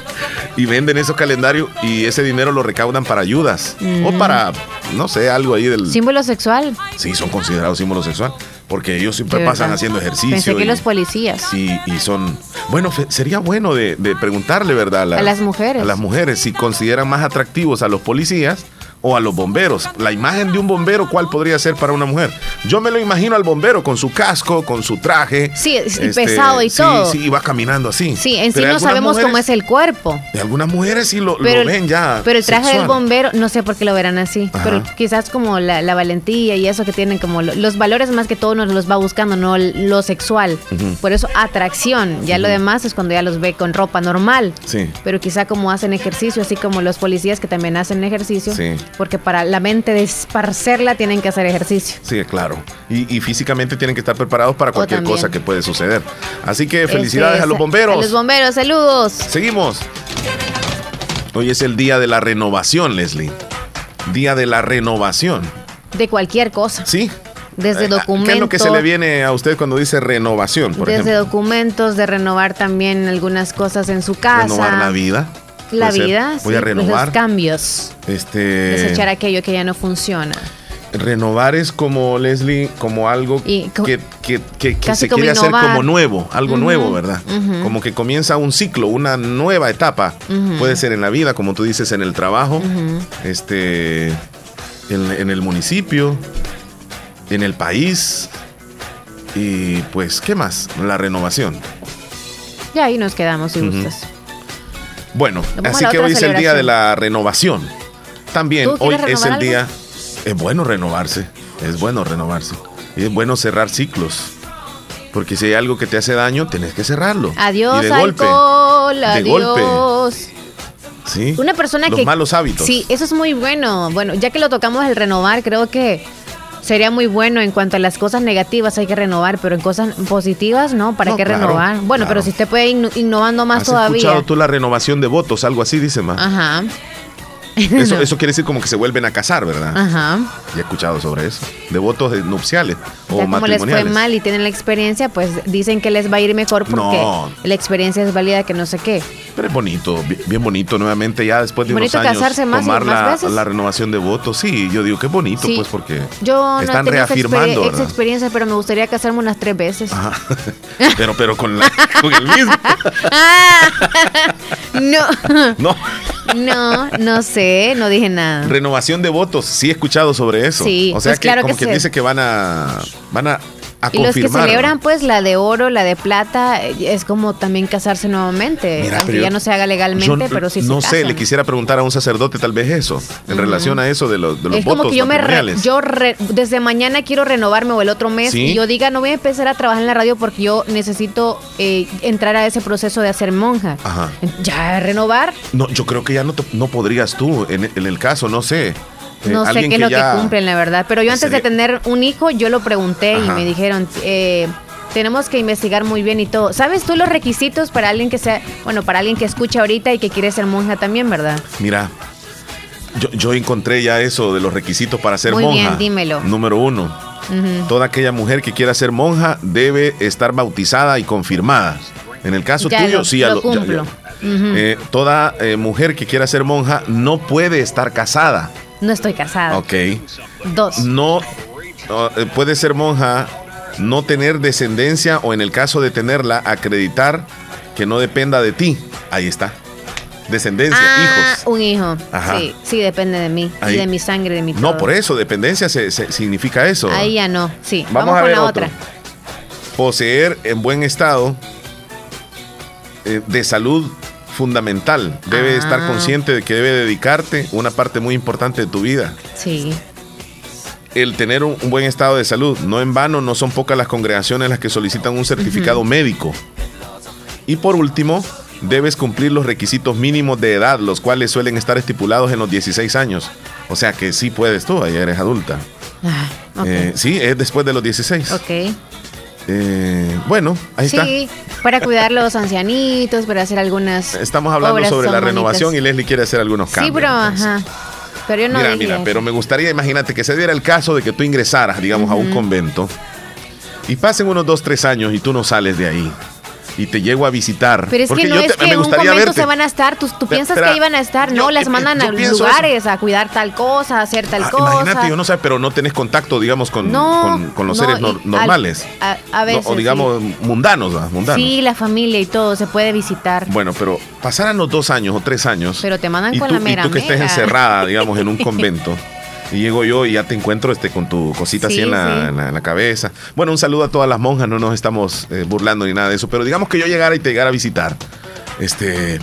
y venden esos calendarios y ese dinero lo recaudan para ayudas o para, no sé, algo ahí del... Sí,
Símbolo sexual.
son considerados símbolo sexual porque ellos siempre
de
Pues pasan
verdad.
haciendo ejercicio.
Pensé que
y,
los policías.
y- y son... Bueno, fe- sería bueno de, de preguntarle, ¿verdad?
A las mujeres.
A las mujeres si consideran más atractivos a los policías o a los bomberos. La imagen de un bombero, ¿cuál podría ser para una mujer? Yo me lo imagino al bombero con su casco, con su traje. este,
Sí, es- y pesado y
sí,
todo.
Sí, y va caminando así.
Sí, en sí
Pero hay
no
algunas
sabemos cómo
mujeres-
es el cuerpo.
y algunas mujeres sí lo, lo
Pero, el-
ven ya.
pero el traje del
sexual.
bombero, no sé por qué lo verán así,
Ajá.
pero quizás como la, la valentía y eso que tienen, como lo- los valores más que todo nos los va buscando, no el- lo sexual. Por eso atracción, ya lo demás es cuando ya los ve con ropa normal.
Sí.
Pero quizá como hacen ejercicio, así como los policías que también hacen ejercicio,
Sí.
porque para la mente desparcerla tienen que hacer ejercicio.
Sí, claro. Y, y físicamente tienen que estar preparados para cualquier
también.
cosa que puede suceder. Así que Eh, felicidades
Este,
a los bomberos.
A los bomberos, saludos.
Seguimos. Hoy es el día de la renovación, Leslie. Día de la renovación.
De cualquier cosa.
¿Sí?
Desde
Eh, ¿Qué es lo que
documentos.
se le viene a usted cuando dice renovación, por
Desde
ejemplo?
documentos, de renovar también algunas cosas en su casa.
Renovar la vida.
La
Puede ser.
vida,
Voy a
sí,
renovar.
Los cambios.
Este,
Desechar aquello que ya no funciona.
Renovar es como, Leslie, como algo
Y co-
que, que- que- que
Casi
se
como
quiere hacer
innovar.
como nuevo, algo
Ujú,
nuevo, ¿verdad?
ujú.
Como que comienza un ciclo, una nueva etapa.
Ujú.
Puede ser en la vida, como tú dices, en el trabajo,
Ujú.
este, en, en el municipio, en el país. Y pues, ¿qué más? La renovación.
Y ahí nos quedamos, si
Ujú.
gustas.
Bueno,
Vamos a
así
la
que
otra
hoy es el día
celebración.
de la renovación. También
¿Tú
hoy
quieres
es el
renovar
día.
algo?
Es bueno renovarse. Es bueno renovarse. Y es bueno cerrar ciclos. Porque si hay algo que te hace daño, tenés que cerrarlo.
Adiós,
Y de golpe.
alcohol,
De golpe.
adiós.
Sí.
Una persona
Los
que.
malos hábitos.
Sí, eso es muy bueno. Bueno, ya que lo tocamos el renovar, creo que sería muy bueno en cuanto a las cosas negativas hay que renovar, pero en cosas positivas, ¿no? ¿Para
No,
qué
claro,
renovar? Bueno,
claro.
pero si usted puede ir inno- innovando más
¿Has
todavía. Ah.
escuchado tú la renovación de votos? Algo así, dice más.
Ajá.
Eso,
No.
eso quiere decir como que se vuelven a casar, ¿verdad?
Ah. Ajá.
Ya he escuchado sobre eso. De votos eh, nupciales o
Ya como les fue
matrimoniales.
mal y tienen la experiencia, pues dicen que les va a ir mejor porque
No.
la experiencia es válida que no sé qué.
Pero es bonito, bi- bien bonito nuevamente ya después de
Bonito
unos años
casarse más y
tomar
más
la,
veces.
la renovación de votos. Sí, yo digo que es bonito,
Sí.
pues porque
Yo
están
no he tenido esa
reafirmando,
experie- esa
¿verdad?
experiencia, pero me gustaría casarme unas tres veces.
Ah, Ajá. pero pero con, la- con el mismo.
Ah, No.
No.
No, no sé, no dije nada.
Renovación de votos, sí he escuchado sobre eso.
Sí,
o sea
pues
que
claro
como
que
que,
sí.
dice que van a van a, a
Y los que
confirmar.
celebran, pues, la de oro, la de plata, eh, es como también casarse nuevamente.
Mira,
pues, aunque
pero
ya
yo-
no se haga legalmente,
Yo
pero sí se
no sé,
casan.
le quisiera preguntar a un sacerdote tal vez eso, en relación a eso de los, de los
es
votos
como que yo me re-
matrimoniales.
yo re- desde mañana quiero renovarme o el otro mes
Sí.
y yo diga no voy a empezar a trabajar en la radio porque yo necesito eh, entrar a ese proceso de hacer monja
Ajá.
ya renovar
No, yo creo que ya no, te- no podrías tú, en, en el caso, no sé. Eh,
no sé
alguien
qué es lo
ya-
que cumplen la verdad pero yo antes de
sería-
tener un hijo yo lo pregunté y
Ajá.
me dijeron eh, tenemos que investigar muy bien y todo sabes tú los requisitos para alguien que sea bueno para alguien que escucha ahorita y que quiere ser monja también verdad
Mira, yo, yo encontré ya eso de los requisitos para ser
Muy
monja.
bien, dímelo.
Número uno,
Ujú.
toda aquella mujer que quiera ser monja debe estar bautizada y confirmada. En el caso
Ya
tuyo,
lo-
sí, ya
lo
ya- ya.
cumplo.
Eh, toda eh, mujer que quiera ser monja no puede estar casada.
no estoy casada
Ok.
dos
No no, eh, puede ser monja, no tener descendencia o en el caso de tenerla, acreditar que no dependa de ti. Ahí está. Descendencia,
Ah,
hijos.
un hijo.
Ajá.
Sí, sí, depende de mí.
Ahí.
Y de mi sangre, de Ah, mi todo.
No, por eso, dependencia se- se- significa eso.
Ahí ya no. Sí.
Vamos a
con
ver
la
otro.
otra.
Poseer en buen estado eh, de salud fundamental. Debe
Ah.
estar consciente de que debe dedicarte una parte muy importante de tu vida.
Sí.
El tener un, un buen estado de salud. No en vano, no son pocas las congregaciones las que solicitan un certificado médico. Y por último, debes cumplir los requisitos mínimos de edad, los cuales suelen estar estipulados en los 16 años. O sea que sí puedes tú, ya eres adulta.
Ah, ok.
Eh, sí, es después de los 16.
ok.
Eh, bueno, ahí está.
Sí, para cuidar los ancianitos, para hacer algunas.
Estamos hablando
obras
sobre la
son
renovación
bonitas.
y Leslie quiere hacer algunos
Sí,
cambios.
pero
entonces.
ajá. Pero yo no
mira,
dije
mira,
eso.
pero me gustaría, imagínate, que se diera el caso de que tú ingresaras, digamos, a un convento y pasen unos dos, tres años y tú no sales de ahí y te llego a visitar.
Pero es
Porque
que no
yo
es
te-
que en un momento
verte.
se van a estar. Tú, tú
Espera,
piensas
espera.
que iban a estar.
Yo-
No, las
eh,
mandan
yo
a
pienso eso.
lugares a cuidar tal cosa, a hacer tal
Ah,
cosa.
Imagínate, yo no sé, pero no tenés contacto, digamos, con,
No,
con, con los
no,
seres
y
nor-
al-
normales.
a- a
No,
veces,
o
sí.
digamos, mundanos, ah, mundanos.
Sí, la familia y todo se puede visitar.
Bueno, pero pasaran los dos años o tres años.
Pero te mandan
y
con
tú,
la mera
Y tú que estés
mera.
encerrada, digamos, en un convento. Y llego yo y ya te encuentro este, con tu cosita así
Sí,
en la,
sí.
en la- en la cabeza. Bueno, un saludo a todas las monjas, no nos estamos eh, burlando ni nada de eso. Pero digamos que yo llegara y te llegara a visitar. Este.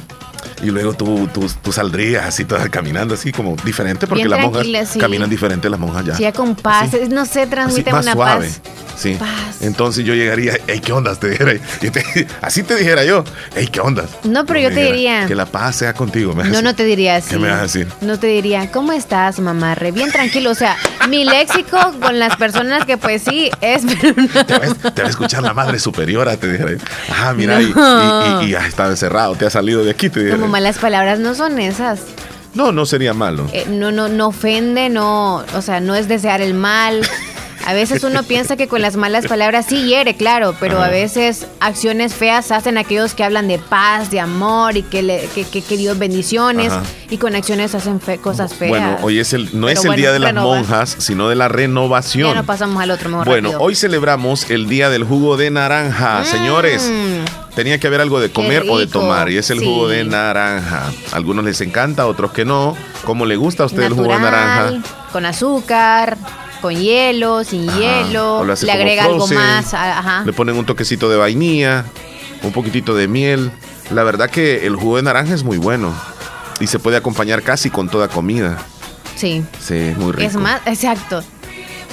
Y luego tú, tú, tú saldrías así, todas caminando así como diferente, porque
Bien
las monjas
tranquila, sí.
caminan diferente las monjas ya.
Sí, ya con paz.
Sí.
No sé,
Así,
transmiten
más
una
suave.
paz.
Sí.
Paz.
Entonces yo llegaría, hey, ¿qué onda? Te dijera, yo te- así te dijera yo, hey, ¿qué onda?
No, pero yo
me
te
dijera,
diría-
Que la paz sea contigo. me
No,
hace.
no te diría así.
¿Qué me vas a decir?
No te diría, ¿cómo estás, mamá? Re bien tranquilo. O sea, mi léxico con las personas que pues sí es... pero no.
Te va, a- te va a escuchar la madre superiora, te dijera. yo. Ah, mira, y-
No.
y, y, y has estado encerrado, te has salido de aquí, te dijera.
Como
yo.
malas palabras no son esas.
No, no sería malo.
Eh, no, no, no ofende, no... O sea, no es desear el mal. A veces uno piensa que con las malas palabras sí hiere, claro, pero a
Ajá.
veces acciones feas hacen aquellos que hablan de paz, de amor y que, le- que, que- que Dios bendiciones
Ajá.
y con acciones hacen fe- cosas feas.
Bueno, hoy es el, no
Pero
es el
bueno,
día de las
renovar.
monjas, sino de la renovación.
Ya no pasamos al otro, mejor
Bueno,
rápido. Mm.
hoy celebramos el día del jugo de naranja, señores. Tenía que haber algo de comer o de
rico.
tomar y es el jugo
Sí.
de naranja. Algunos les encanta, otros que no. ¿Cómo le gusta a usted el jugo de naranja?
Con azúcar, con hielo, sin
Ajá.
hielo.
O lo hace
Le
como
agrega algo
frozen,
más. a- Ajá.
Le ponen un toquecito de vainilla, un poquitito de miel. La verdad que el jugo de naranja es muy bueno y se puede acompañar casi con toda comida.
Sí.
Sí, es muy rico.
Es más, exacto.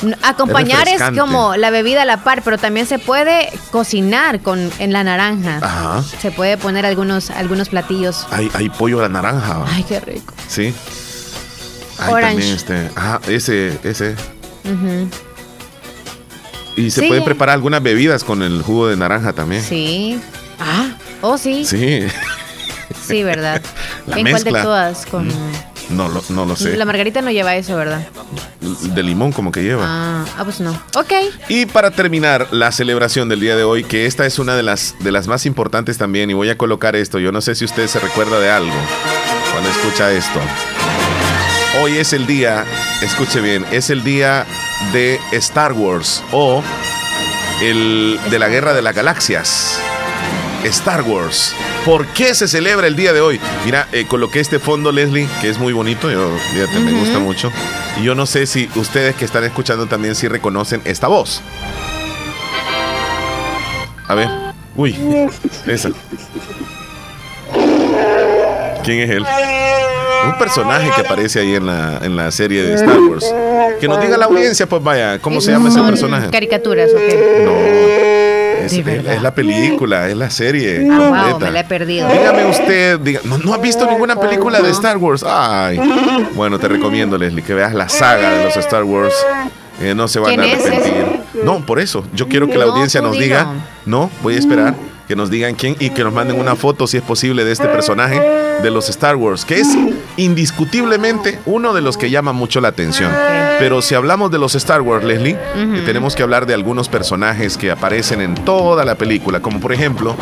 N- Acompañar es,
refrescante.
como la bebida a la par, pero también se puede cocinar con en la naranja.
Ajá. Ah.
Se puede poner algunos, algunos platillos.
Hay, hay pollo a la naranja.
Ay, qué rico.
Sí. Hay
Orange.
también Eh. este. Ajá, ese, ese.
Ujú.
Y se
Sí,
pueden
ya.
preparar algunas bebidas con el jugo de naranja también.
Sí. Ah, oh sí. Sí,
Sí,
verdad.
La
¿En cuál
mezcla.
de todas? Con...
no lo, no lo sé.
La margarita no lleva eso, ¿verdad?
De limón como que lleva.
Ah, ah, pues no. Ok.
Y para terminar la celebración del día de hoy, que esta es una de las, de las más importantes también, y voy a colocar esto, yo no sé si usted se recuerda de algo cuando escucha esto. Hoy es el día, escuche bien, es el día de Star Wars o el de la Guerra de las Galaxias. Star Wars. ¿Por qué se celebra el día de hoy? Mira, eh, coloqué este fondo, Leslie, que es muy bonito, yo, fíjate, me gusta mucho. Y yo no sé si ustedes que están escuchando también si reconocen esta voz. A ver. Uy, esa. ¿Quién es él? Un personaje que aparece ahí en la, en la serie de Star Wars. Que nos diga la audiencia, pues vaya, ¿cómo se llama ese
Eh, Son
personaje?
Caricaturas, ok.
No. Es,
De
es-
verdad.
es la película, es la serie.
Ah, wow,
completa.
me la he perdido.
Eh,
Ah.
Dígame usted, diga- no, no ha visto ninguna película de Star Wars. Ay. Bueno, te recomiendo, Leslie, que veas la saga de los Star Wars. Eh, no se van a
¿Quién es ese?
arrepentir. No, por eso. Yo quiero que la
No,
audiencia
tú
nos
diga. Mm.
diga. No, voy a esperar que nos digan quién y que nos manden una foto, si es posible, de este personaje de los Star Wars, que es indiscutiblemente uno de los que llama mucho la atención. Pero si hablamos de los Star Wars, Leslie, eh, tenemos que hablar de algunos personajes que aparecen en toda la película, como por ejemplo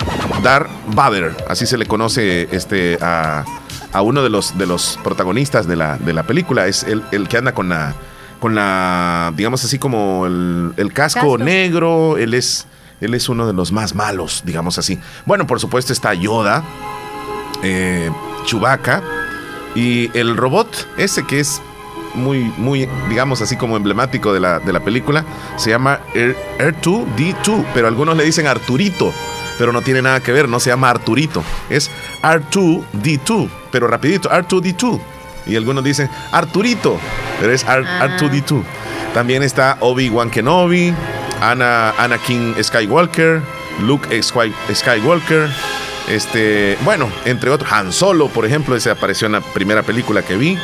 Darth Vader, así se le conoce este, a, a uno de los, de los protagonistas de la, de la película, es el, el que anda con la... Con la, digamos así como el, el casco
Casco.
negro, él es, él es uno de los más malos, digamos así. Bueno, por supuesto está Yoda, eh, Chewbacca y el robot ese que es muy, muy, digamos así como emblemático de la, de la película, se llama R- R2D2, pero algunos le dicen Arturito, pero no tiene nada que ver, no se llama Arturito, es R2D2, pero rapidito, R2D2. Y algunos dicen Arturito, pero es R-
Ah.
R2D2. También está Obi-Wan Kenobi, Ana, Anakin Skywalker, Luke Sky- Skywalker, este, bueno, entre otros, Han Solo, por ejemplo, ese apareció en la primera película que vi.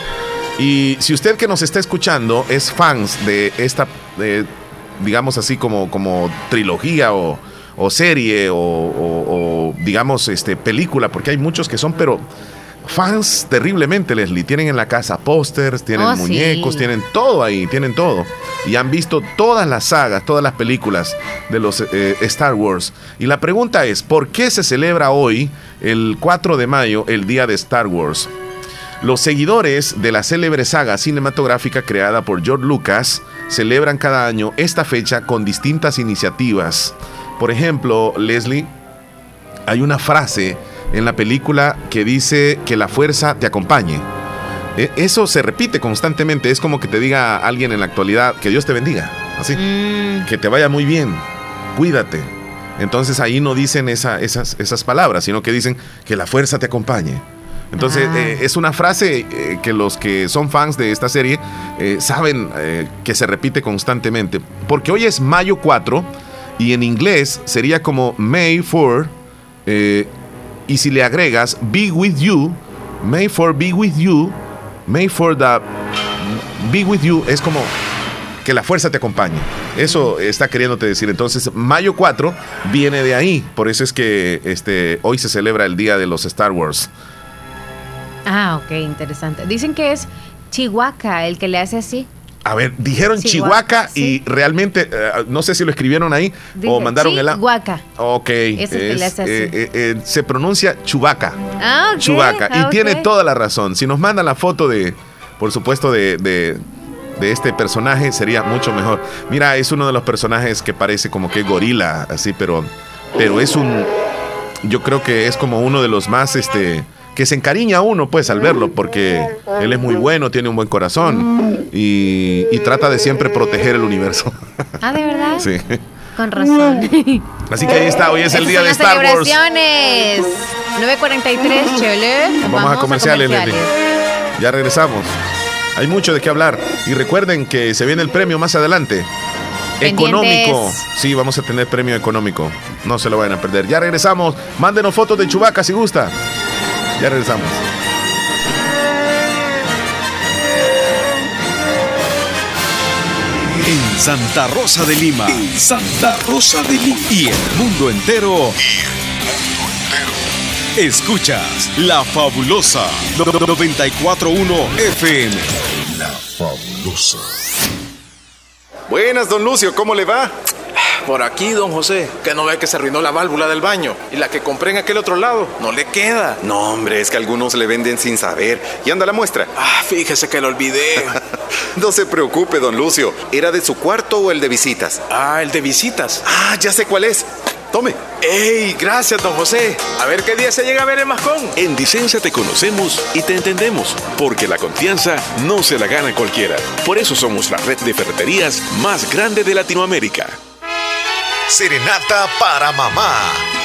Y si usted que nos está escuchando es fans de esta, eh, digamos así como, como trilogía o, o serie o, o- o, digamos este, película, porque hay muchos que son, pero fans terriblemente, Leslie. Tienen en la casa pósters, tienen
Oh, sí.
muñecos, tienen todo ahí, tienen todo. Y han visto todas las sagas, todas las películas de los eh, Star Wars. Y la pregunta es, ¿por qué se celebra hoy, el 4 de mayo, el día de Star Wars? Los seguidores de la célebre saga cinematográfica creada por George Lucas celebran cada año esta fecha con distintas iniciativas. Por ejemplo, Leslie, hay una frase en la película que dice que la fuerza te acompañe. E- Eso se repite constantemente, es como que te diga a alguien en la actualidad que Dios te bendiga, así,
Mm,
que te vaya muy bien, cuídate. Entonces ahí no dicen esa- esas, esas palabras, sino que dicen que la fuerza te acompañe. Entonces
Ah.
eh, es una frase eh, que los que son fans de esta serie eh, saben eh, que se repite constantemente, porque hoy es mayo 4 y en inglés sería como May 4 eh, y si le agregas Be With You, May for Be With You, May for the Be With You, es como que la fuerza te acompañe. Eso está queriéndote decir. Entonces, mayo 4 viene de ahí. Por eso es que este, hoy se celebra el Día de los Star Wars.
Ah, ok, interesante. Dicen que es Chihuahua el que le hace así.
A ver, dijeron
Chihuahua,
Chihuahua
sí.
y realmente, eh, no sé si lo escribieron ahí o
Dice
mandaron el... a-
Chihuahua.
Ok.
es el que le hace así.
eh, eh, eh, se pronuncia Chubaca.
Ah, ok,
Chubaca.
ah,
Y tiene
ok.
toda la razón. Si nos manda la foto de, por supuesto, de, de- de este personaje, sería mucho mejor. Mira, es uno de los personajes que parece como que gorila, así, pero, pero es un. Yo creo que es como uno de los más, este. Que se encariña a uno, pues, al verlo, porque él es muy bueno, tiene un buen corazón y, y trata de siempre proteger el universo.
Ah, de verdad.
Sí.
Con razón.
Así que ahí está, hoy es el
Esas
día
son
de
las
Star Wars.
celebraciones. 9.43, chévere.
Vamos, a comerciales, Leslie. Ya regresamos. Hay mucho de qué hablar. Y recuerden que se viene el premio más adelante.
Pendientes.
Económico. Sí, vamos a tener premio económico. No se lo vayan a perder. Ya regresamos. Mándenos fotos de Chubaca si gusta. Ya regresamos.
En Santa Rosa de Lima. En Santa Rosa de Lima. Y el mundo entero. Escuchas La Fabulosa 941 FM.
Buenas, don Lucio, ¿cómo le va? Por aquí, don José, que no ve que se arruinó la válvula del baño y la que compré en aquel otro lado no le queda.
No, hombre, es que algunos le venden sin saber. Y anda la muestra.
Ah, fíjese que lo olvidé.
No se preocupe, don Lucio. ¿Era de su cuarto o el de visitas?
Ah, el de visitas.
Ah, ya sé cuál es.
Tome.
¡Ey! Gracias, don José. A ver qué día se llega a ver el mascón.
En Dicenza te conocemos y te entendemos, porque la confianza no se la gana cualquiera. Por eso somos la red de ferreterías más grande de Latinoamérica.
Serenata para mamá.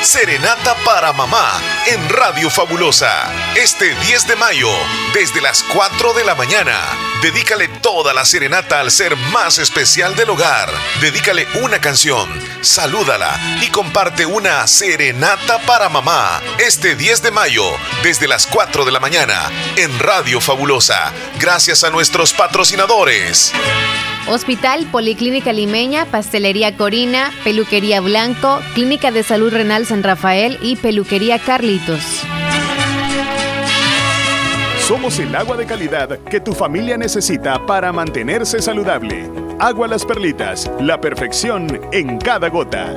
Serenata para mamá en Radio Fabulosa. Este 10 de mayo, desde las 4 de la mañana. Dedícale toda la serenata al ser más especial del hogar. Dedícale una canción, salúdala y comparte una serenata para mamá. Este 10 de mayo, desde las 4 de la mañana, en Radio Fabulosa. Gracias a nuestros patrocinadores.
Hospital Policlínica Limeña, Pastelería Corina, Peluquería Blanco, Clínica de Salud Renal San Rafael y Peluquería Carlitos.
Somos el agua de calidad que tu familia necesita para mantenerse saludable. Agua Las Perlitas, la perfección en cada gota.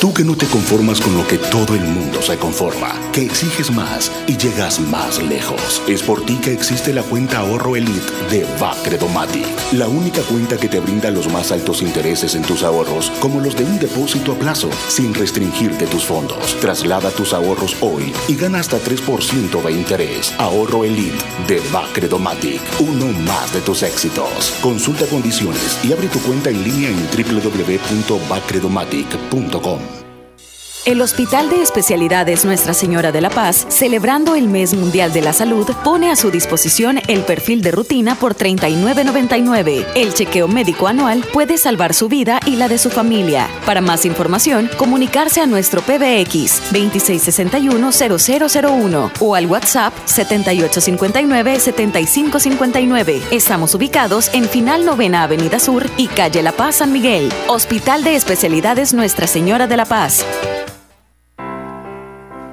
Tú que no te conformas con lo que todo el mundo se conforma, que exiges más y llegas más lejos. Es por ti que existe la cuenta ahorro elite de Bacredomatic, la única cuenta que te brinda los más altos intereses en tus ahorros, como los de un depósito a plazo, sin restringirte tus fondos. Traslada tus ahorros hoy y gana hasta 3% de interés. Ahorro elite de Bacredomatic, uno más de tus éxitos. Consulta condiciones y abre tu cuenta en línea en www.bacredomatic.com.
El Hospital de Especialidades Nuestra Señora de la Paz, celebrando el Mes Mundial de la Salud, pone a su disposición el perfil de rutina por $39.99. El chequeo médico anual puede salvar su vida y la de su familia. Para más información, comunicarse a nuestro PBX 2661-0001 o al WhatsApp 7859-7559. Estamos ubicados en Final Novena Avenida Sur y Calle La Paz San Miguel. Hospital de Especialidades Nuestra Señora de la Paz.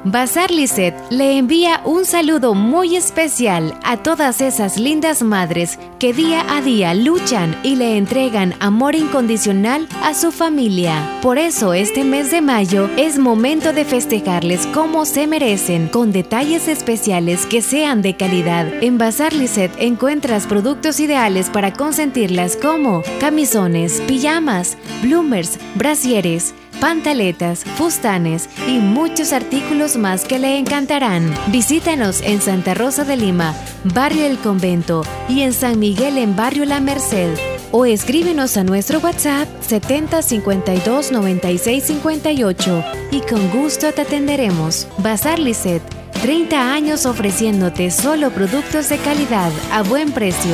Bazar Lisset le envía un saludo muy especial a todas esas lindas madres que día a día luchan y le entregan amor incondicional a su familia. Por eso este mes de mayo es momento de festejarles como se merecen, con detalles especiales que sean de calidad. En Bazar Lisset encuentras productos ideales para consentirlas como camisones, pijamas, bloomers, brasieres, pantaletas, fustanes y muchos artículos más que le encantarán. Visítanos en Santa Rosa de Lima, Barrio El Convento y en San Miguel en Barrio La Merced. O escríbenos a nuestro WhatsApp 70 52 96 58 y con gusto te atenderemos. Bazar Lisset, 30 años ofreciéndote solo productos de calidad a buen precio.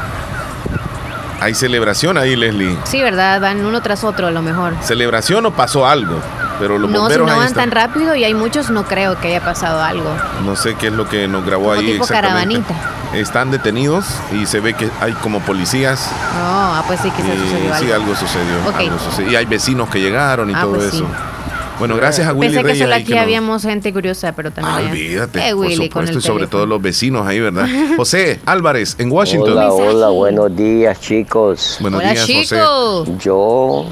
Hay celebración ahí, Leslie.
Sí, ¿verdad? Van uno tras otro a lo mejor.
¿Celebración o pasó algo? Pero los
No, si no
bomberos ahí
van
están.
tan rápido y hay muchos, no creo que haya pasado algo.
No sé qué es lo que nos grabó
Como
ahí
tipo
exactamente.
caravanita.
Están detenidos y se ve que hay como policías.
No, ah, pues sí, quizás
y
sucedió
sí,
algo.
algo sucedió,
Ok.
algo sucedió. Y hay vecinos que llegaron y
Ah,
todo
pues sí.
eso. Bueno, gracias a Willy
Pensé que
Reyes
solo
ahí
aquí
nos-
habíamos gente curiosa, pero también
Ah,
había-
Olvídate,
Eh,
por
Willy, con
supuesto,
el
y sobre
teléfono.
todo los vecinos ahí, ¿verdad? José Álvarez, en Washington.
Hola, hola, buenos días, chicos.
Buenos Hola, días, José.
chicos.
Yo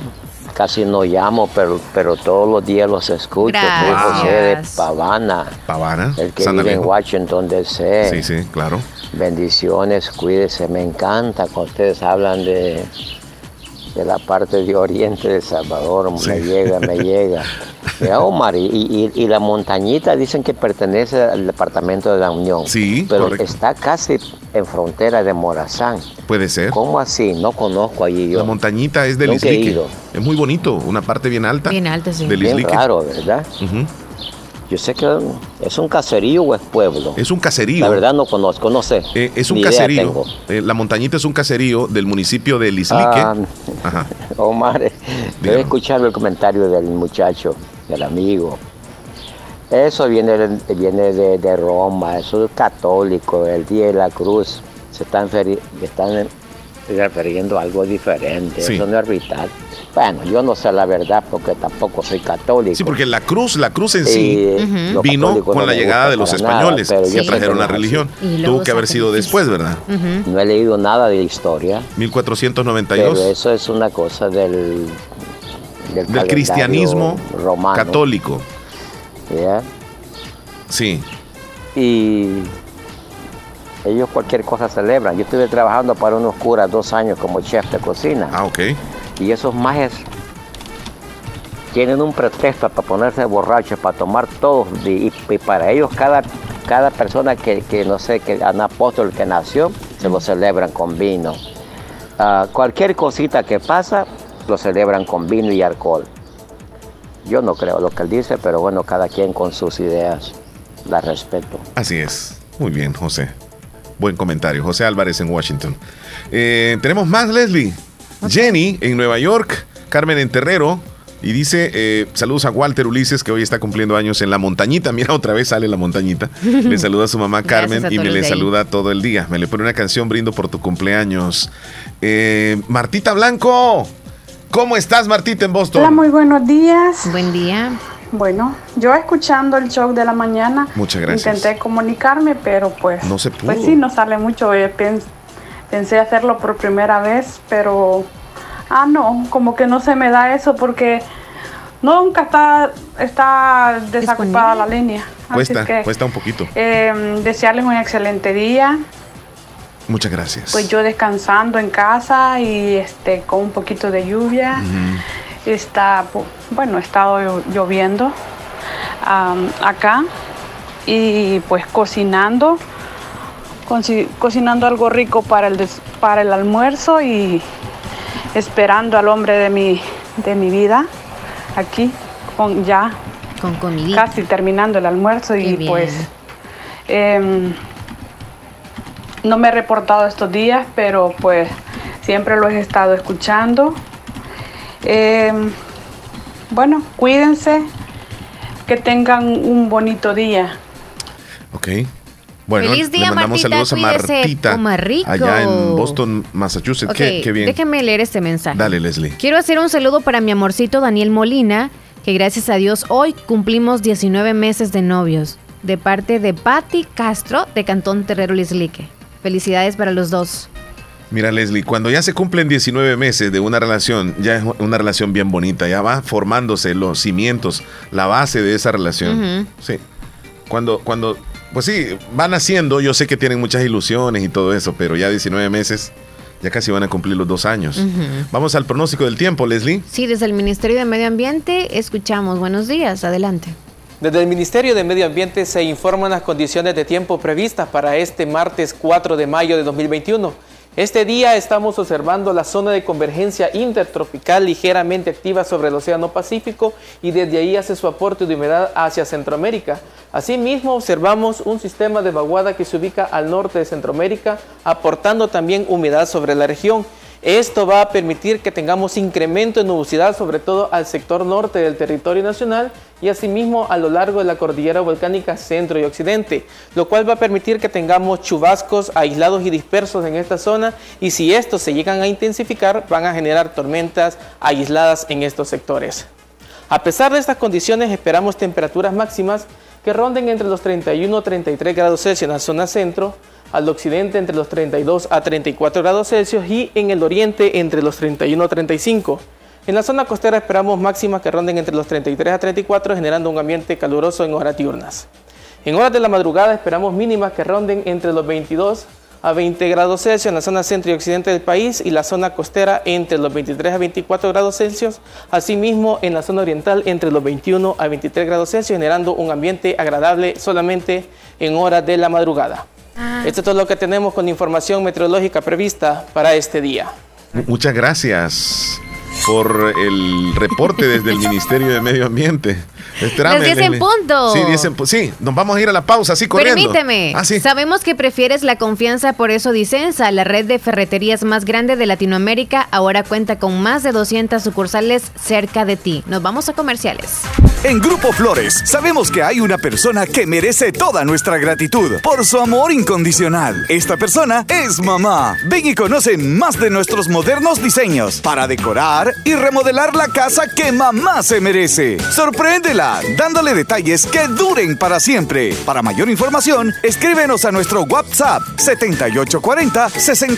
casi no llamo, pero, pero todos los días los escucho. Soy
Gracias.
José de Pavana.
Pavana.
El que
San
vive en
Alejo.
Washington DC.
Sí, sí, claro.
Bendiciones, cuídese. Me encanta cuando ustedes hablan de, de la parte de oriente de Salvador. Me llega, me llega. Mira, Omar, y, y- y la montañita dicen que pertenece al departamento de la Unión. Sí, Pero
correcto.
está casi en frontera de Morazán.
Puede ser.
¿Cómo así? No conozco allí yo.
La montañita es del
Nunca he
Islique.
ido.
Es muy bonito, una parte bien alta.
Bien alto, sí.
Del
Bien
Islique.
raro, ¿verdad? Yo sé que es un caserío o es pueblo.
Es un caserío.
La
Eh,
verdad no conozco, no sé.
Es un
Ni idea
caserío.
tengo.
Eh, la montañita es un caserío del municipio de Lislique.
Ah. oh,
Ajá.
Omar, debe escuchar el comentario del muchacho, del amigo. Eso viene, de- viene de, de Roma, eso es católico, el Día de la Cruz. Se están, feri- están refiriendo a algo diferente,
Sí.
eso no es vital. Bueno, yo no sé la verdad porque tampoco soy católico.
Sí, porque la cruz, la cruz en
Y,
sí
eh, Ujú. los
vino
católicos
con
no
la
me
llegada
gusta
de los
para nada,
españoles
pero yo
que
sé
trajeron
que
la
no.
religión.
Y luego
Tuvo que haber sido después, ¿verdad?
No he leído nada de historia.
1492.
Pero eso es una cosa del, del,
del cristianismo
calendario romano.
católico.
¿ya?
Sí.
Y ellos cualquier cosa celebran. Yo estuve trabajando para unos curas dos años como chef de cocina.
Ah, ok.
Y esos majes tienen un pretexto para ponerse borrachos, para tomar todos. Y, y para ellos cada, cada persona que, que, no sé, que un apóstol que nació, se lo celebran con vino. Ah, cualquier cosita que pasa, lo celebran con vino y alcohol. Yo no creo lo que él dice, pero bueno, cada quien con sus ideas. La respeto.
Así es. Muy bien, José. Buen comentario. José Álvarez en Washington. Eh, tenemos más, Leslie. Jenny en Nueva York. Carmen en Terrero. Y dice, eh, saludos a Walter Ulises, que hoy está cumpliendo años en la montañita. Mira, otra vez sale la montañita. Le saluda a su mamá
Gracias
Carmen
a
y
todos
me
los
le
de ahí.
saluda todo el día. Me le pone una canción, brindo por tu cumpleaños. Eh, Martita Blanco, ¿cómo estás, Martita, en Boston?
Hola, muy buenos días.
Buen día.
Bueno, yo escuchando el show de la mañana,
Muchas gracias.
intenté comunicarme, pero pues,
No se pudo.
pues sí, no sale mucho. eh, pens- pensé hacerlo por primera vez, pero, ah, no, como que no se me da eso porque nunca está, está desocupada la línea. Así
Cuesta,
que,
cuesta un poquito.
eh, desearles un excelente día.
Muchas gracias.
Pues yo descansando en casa y este con un poquito de lluvia. Está, bu- bueno, ha estado llo- lloviendo am, acá y pues cocinando, consi- cocinando algo rico para el, des- para el almuerzo y esperando al hombre de mi, de mi vida aquí, con ya casi terminando el almuerzo y
bien.
pues em, no me he reportado estos días, pero pues siempre los he estado escuchando. Em, bueno, cuídense, que tengan un bonito día.
Ok. Bueno,
Feliz día,
le mandamos
Martita,
saludos a
cuídese,
Martita.
coma rico.
Allá en Boston, Massachusetts.
Ok,
Qué, qué bien.
déjeme leer este mensaje.
Dale, Leslie.
Quiero hacer un saludo para mi amorcito Daniel Molina, que gracias a Dios hoy cumplimos 19 meses de novios, de parte de Patti Castro de Cantón Terrero Lislique. Felicidades para los dos.
Mira, Leslie, cuando ya se cumplen 19 meses de una relación, ya es una relación bien bonita. Ya va formándose los cimientos, la base de esa relación.
Ujú.
Sí. Cuando, cuando, pues sí, van haciendo. Yo sé que tienen muchas ilusiones y todo eso, pero ya 19 meses, ya casi van a cumplir los dos años.
Ujú.
Vamos al pronóstico del tiempo, Leslie.
Sí, desde el Ministerio de Medio Ambiente escuchamos. Buenos días, adelante.
Desde el Ministerio de Medio Ambiente se informan las condiciones de tiempo previstas para este martes 4 de mayo de 2021. Este día estamos observando la zona de convergencia intertropical ligeramente activa sobre el Océano Pacífico y desde ahí hace su aporte de humedad hacia Centroamérica. Asimismo, observamos un sistema de vaguada que se ubica al norte de Centroamérica, aportando también humedad sobre la región. Esto va a permitir que tengamos incremento en nubosidad, sobre todo al sector norte del territorio nacional y asimismo a lo largo de la cordillera volcánica centro y occidente, lo cual va a permitir que tengamos chubascos aislados y dispersos en esta zona y si estos se llegan a intensificar van a generar tormentas aisladas en estos sectores. A pesar de estas condiciones esperamos temperaturas máximas que ronden entre los 31 y 33 grados Celsius en la zona centro, al occidente entre los 32 a 34 grados Celsius y en el oriente entre los 31 a 35. En la zona costera esperamos máximas que ronden entre los 33 a 34 generando un ambiente caluroso en horas diurnas. En horas de la madrugada esperamos mínimas que ronden entre los 22 a 20 grados Celsius en la zona centro y occidente del país y la zona costera entre los 23 a 24 grados Celsius, asimismo en la zona oriental entre los 21 a 23 grados Celsius generando un ambiente agradable solamente en horas de la madrugada. Esto es todo lo que tenemos con información meteorológica prevista para este día.
Muchas gracias por el reporte desde el Ministerio de Medio Ambiente.
Espérame, Las 10 en
Leslie.
punto.
Sí, 10 en pu- sí, nos vamos a ir a la pausa, así corriendo.
Permíteme.
Ah, sí.
Sabemos que prefieres la confianza, por eso Dicenza, la red de ferreterías más grande de Latinoamérica, ahora cuenta con más de 200 sucursales cerca de ti. Nos vamos a comerciales.
En Grupo Flores sabemos que hay una persona que merece toda nuestra gratitud por su amor incondicional. Esta persona es mamá. Ven y conoce más de nuestros modernos diseños para decorar y remodelar la casa que mamá se merece. Sorpréndela dándole detalles que duren para siempre. Para mayor información, escríbenos a nuestro WhatsApp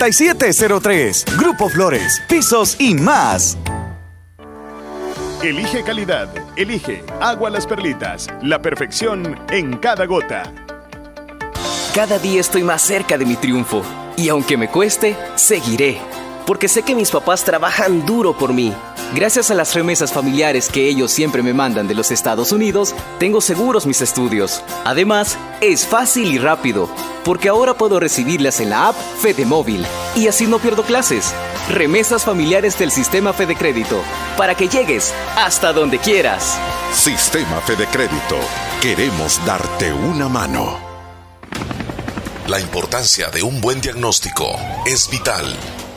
7840-6703. Grupo Flores, pisos y más.
Elige calidad, elige agua las perlitas, la perfección en cada gota.
Cada día estoy más cerca de mi triunfo y aunque me cueste, seguiré. Porque sé que mis papás trabajan duro por mí. Gracias a las remesas familiares que ellos siempre me mandan de los Estados Unidos, tengo seguros mis estudios. Además, es fácil y rápido, porque ahora puedo recibirlas en la app Fede Móvil y así no pierdo clases. Remesas familiares del sistema Fede Crédito, para que llegues hasta donde quieras.
Sistema Fede Crédito. Queremos darte una mano.
La importancia de un buen diagnóstico es vital.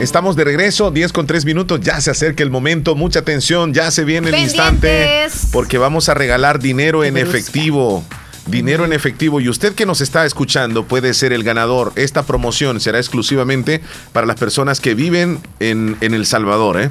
Estamos de regreso, 10 con 3 minutos, ya se acerca el momento, mucha atención, ya se viene el instante,
Pendientes.
porque vamos a regalar dinero en
brusca.
efectivo. dinero en efectivo. Y usted que nos está escuchando puede ser el ganador. Esta promoción será exclusivamente para las personas que viven en, en El Salvador, ¿eh?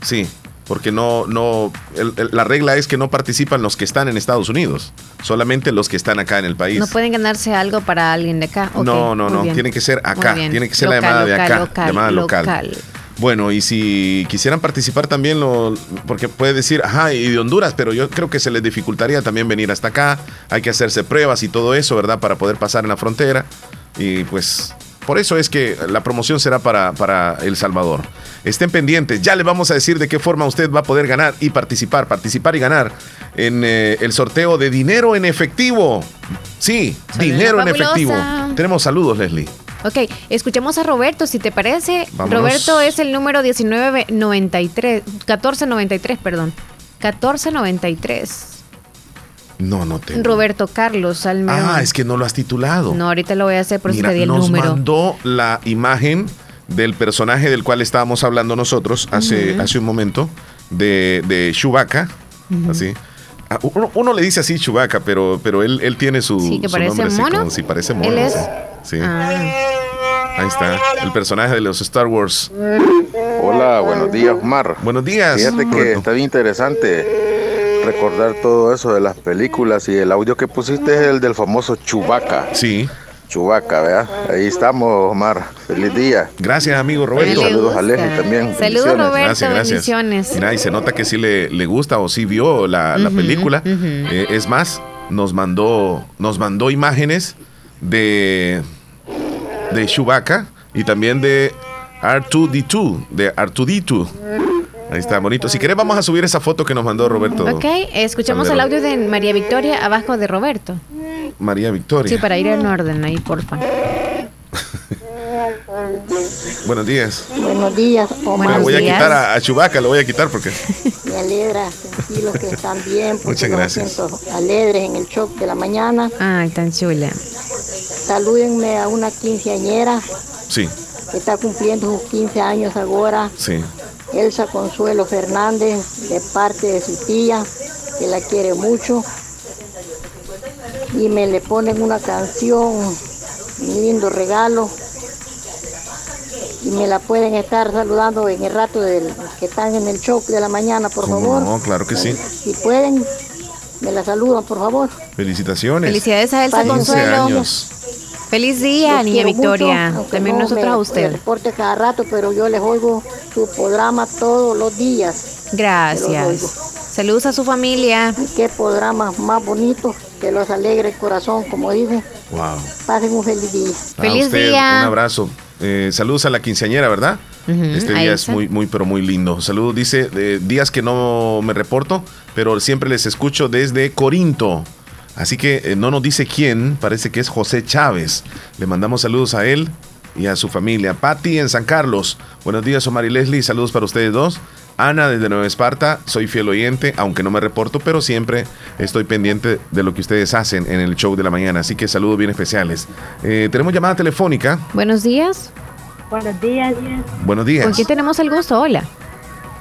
Sí, porque no, no, el- el- la regla es que no participan los que están en Estados Unidos, solamente los que están acá en el país.
No pueden ganarse algo para alguien de acá. Ok,
no, no,
muy
no,
bien.
tiene que ser acá,
Muy bien.
tiene que ser la
Local,
llamada de
local,
acá,
local,
llamada local.
local.
Bueno, y si quisieran participar también, lo, porque puede decir, ajá, y de Honduras, pero yo creo que se les dificultaría también venir hasta acá, hay que hacerse pruebas y todo eso, ¿verdad? Para poder pasar en la frontera. Y pues por eso es que la promoción será para, para El Salvador. Estén pendientes, ya les vamos a decir de qué forma usted va a poder ganar y participar, participar y ganar en eh, el sorteo de dinero en efectivo. Sí, dinero en
fabulosa.
efectivo. Tenemos saludos, Leslie.
Ok, escuchemos a Roberto, si te parece.
Vámonos.
Roberto es el número 1993, 1493, perdón. 1493.
No, no tengo.
Roberto Carlos Salmerón.
Ah, es que no lo has titulado.
No, ahorita lo voy a hacer por
Mira,
si te di el
nos
número.
mandó la imagen del personaje del cual estábamos hablando nosotros hace,
Ujú.
hace un momento, de, de Chewbacca.
Ujú.
Así. Ah, Uno, uno le dice así Chewbacca, pero, pero él, él tiene su,
Sí, que
su
parece
nombre así
mono.
como- sí, parece mono.
Él es-
sí. Sí.
Ah,
Ahí está, el personaje de los Star Wars.
Hola, buenos días, Omar.
Buenos días.
Fíjate que
Roberto.
está bien interesante recordar todo eso de las películas y el audio que pusiste es el del famoso Chubaca.
Sí.
Chubaca, ¿verdad? Ahí estamos, Omar. Feliz día.
Gracias, amigo Roberto.
Y saludos a Leslie también.
Saludos,
Bendiciones.
Roberto. bendiciones.
Mira, y se nota que sí le, le gusta o sí vio la, la
Ujú,
película.
ujú.
Eh, es más, nos mandó, nos mandó imágenes de, de Chewbacca y también de R2D2, de R2D2. Ahí está, bonito. Si querés, vamos a subir esa foto que nos mandó Roberto
Ok, escuchamos el
Salmerón.
audio de María Victoria abajo de Roberto.
María Victoria.
Sí, para ir en orden ahí, porfa.
Buenos días.
Buenos días, Omar.
Bueno, voy a quitar a, a Chewbacca, lo voy a quitar porque.
Me alegra sentirlos que están bien. porque
Muchas
los
gracias.
siento alegres en el shock de la mañana.
Ay, tan chula.
Salúdenme a una quinceañera
Sí,
que está cumpliendo sus 15 años ahora,
sí.
Elsa Consuelo Fernández, de parte de su tía, que la quiere mucho. Y me le ponen una canción, un lindo regalo. Y me la pueden estar saludando en el rato del, que están en el shock de la mañana, por
¿Cómo
favor.
no, claro que sí.
Si pueden, me la saludan, por favor.
Felicitaciones.
Felicidades a Elsa
15
Consuelo.
años.
Feliz día,
Los
niña
quiero mucho,
Victoria.
aunque
También
no
nosotros
me-
a usted.
me reporte cada rato, pero yo les oigo su programa todos los días.
Gracias. Saludos a su familia.
Qué programas más bonitos, que los alegre el corazón, como dicen.
Wow.
Pasen un feliz día.
A usted, Un abrazo. Eh, saludos a la quinceañera, ¿verdad?
Ujú,
Este
a
día es
Elsa.
muy, muy, pero muy lindo. Saludos, dice, eh, días que no me reporto, pero siempre les escucho desde Corinto. Así que eh, no nos dice quién, parece que es José Chávez. Le mandamos saludos a él y a su familia. Patti en San Carlos. Buenos días, Omar y Leslie. Saludos para ustedes dos. Ana desde Nueva Esparta, soy fiel oyente, aunque no me reporto, pero siempre estoy pendiente de lo que ustedes hacen en el show de la mañana. Así que saludos bien especiales. Eh, tenemos llamada telefónica.
Buenos días.
Buenos días.
Buenos días.
¿Con quién tenemos el gusto? Hola.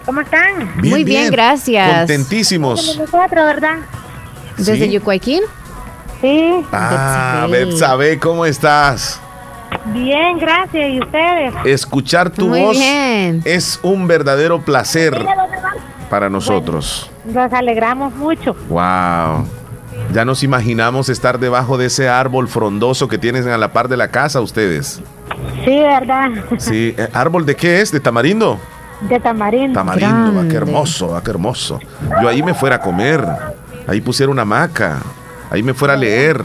¿Cómo están?
Muy bien, gracias.
Contentísimos.
Nosotros, ¿verdad?
¿Desde
¿Sí?
Yucuaiquín?
Sí.
Ah, Betsabe, ¿cómo estás?
Bien, gracias. ¿Y ustedes?
Escuchar tu
Muy
voz
bien.
es un verdadero placer para nosotros.
Nos alegramos mucho.
Wow. Ya nos imaginamos estar debajo de ese árbol frondoso que tienen a la par de la casa ustedes.
Sí, ¿verdad?
Sí, eh, ¿árbol de qué es? ¿De tamarindo?
De tamarindo.
Tamarindo, va, qué hermoso, va, qué hermoso. Yo ahí me fuera a comer, ahí pusiera una hamaca, ahí me fuera a leer.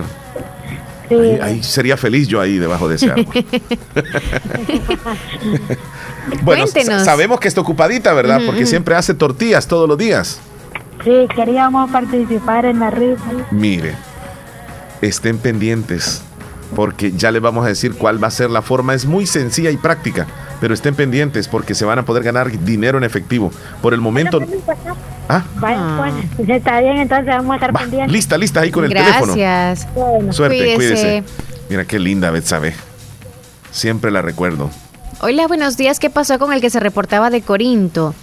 Sí.
Ahí, ahí sería feliz yo ahí debajo de ese árbol. bueno, sa-
Cuéntenos.
sabemos que está ocupadita, ¿verdad?
Ujú,
Porque
ujú.
siempre hace tortillas todos los días.
Sí, queríamos participar en la rifa.
Mire, estén pendientes porque ya les vamos a decir cuál va a ser la forma. Es muy sencilla y práctica, pero estén pendientes porque se van a poder ganar dinero en efectivo. Por el momento... Ah,
Vaya, pues, está bien, entonces vamos a estar pendientes.
lista, lista ahí con el teléfono.
Gracias. Bueno,
Suerte, cuídese. Mira qué linda Betsabe. Siempre la recuerdo.
Hola, buenos días. ¿Qué pasó con el que se reportaba de Corinto?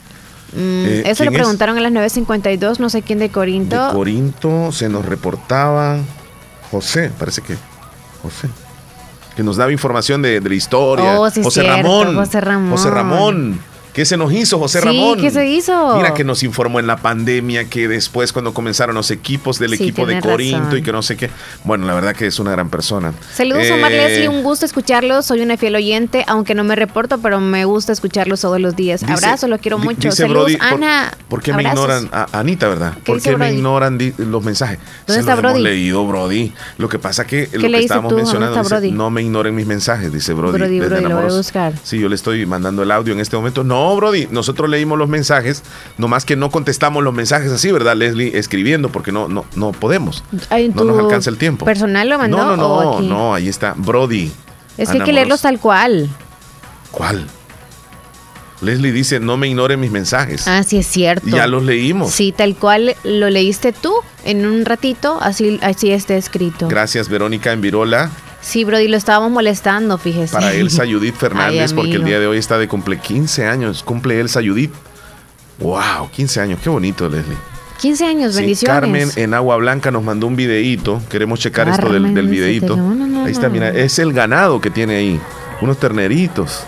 Mm,
Eh,
eso lo
¿quién es?
preguntaron en las 9.52, no sé quién de Corinto.
De Corinto se nos reportaba. José, parece que. José. Que nos daba información de, de la historia.
Oh, sí,
José,
cierto,
Ramón,
José Ramón.
José Ramón. ¿Qué se nos hizo, José
Sí,
Ramón?
¿qué se hizo?
Mira que nos informó en la pandemia que después cuando comenzaron los equipos del
Sí,
equipo de
tiene
Corinto
razón.
y que no sé qué. Bueno, la verdad que es una gran persona.
Saludos
Eh,
Omar Leslie, un gusto escucharlos. Soy una fiel oyente, aunque no me reporto, pero me gusta escucharlos todos los días.
Dice-
Abrazos, los quiero
di-
mucho.
dice
Saludos,
Brody, por-
Ana.
¿Por, qué me
Abrazos.
ignoran? A- Anita, ¿verdad?
¿Qué
¿Por
dice
qué me
Brody?
ignoran di- los mensajes?
¿Dónde
Se
está
los hemos
Brody?
leído, Brody. Lo que pasa que lo
le
que
dices
estábamos
tú? ¿Dónde
mencionando
está
dice,
Brody?
no me ignoren mis mensajes, dice Brody.
Brody,
desde
Brody, lo voy a
Enamoros.
buscar.
Sí, yo le estoy mandando el audio en este momento. No, Brody, nosotros leímos los mensajes, nomás que no contestamos los mensajes así, ¿verdad, Leslie? Escribiendo, porque no, no, no podemos.
Ay,
No nos
¿tu
alcanza el tiempo.
¿Personal lo mandó?
No, no,
o
no,
aquí?
no, ahí está. Brody.
Es que hay
Ana
que
Moros.
leerlos tal cual.
¿Cuál? Leslie dice, no me ignoren mis mensajes.
Ah, sí, es cierto.
Pues, Ya los leímos.
Sí, tal cual lo leíste tú en un ratito, así, así está escrito.
Gracias, Verónica Envirola.
Sí, Brody, lo estábamos molestando, fíjese.
Para Elsa Judith Fernández,
Ay,
porque el
amigo.
día de hoy está de cumple 15 años. Cumple Elsa Judith. ¡Wow! 15 años. Qué bonito, Leslie.
15 años, Pues
Sí,
bendiciones.
Carmen en Agua Blanca nos mandó un videíto. Queremos checar esto del,
Carmen,
del
ese
videíto.
teléfono, no, no,
ahí está,
no.
mira. Es el ganado que tiene ahí. Unos terneritos.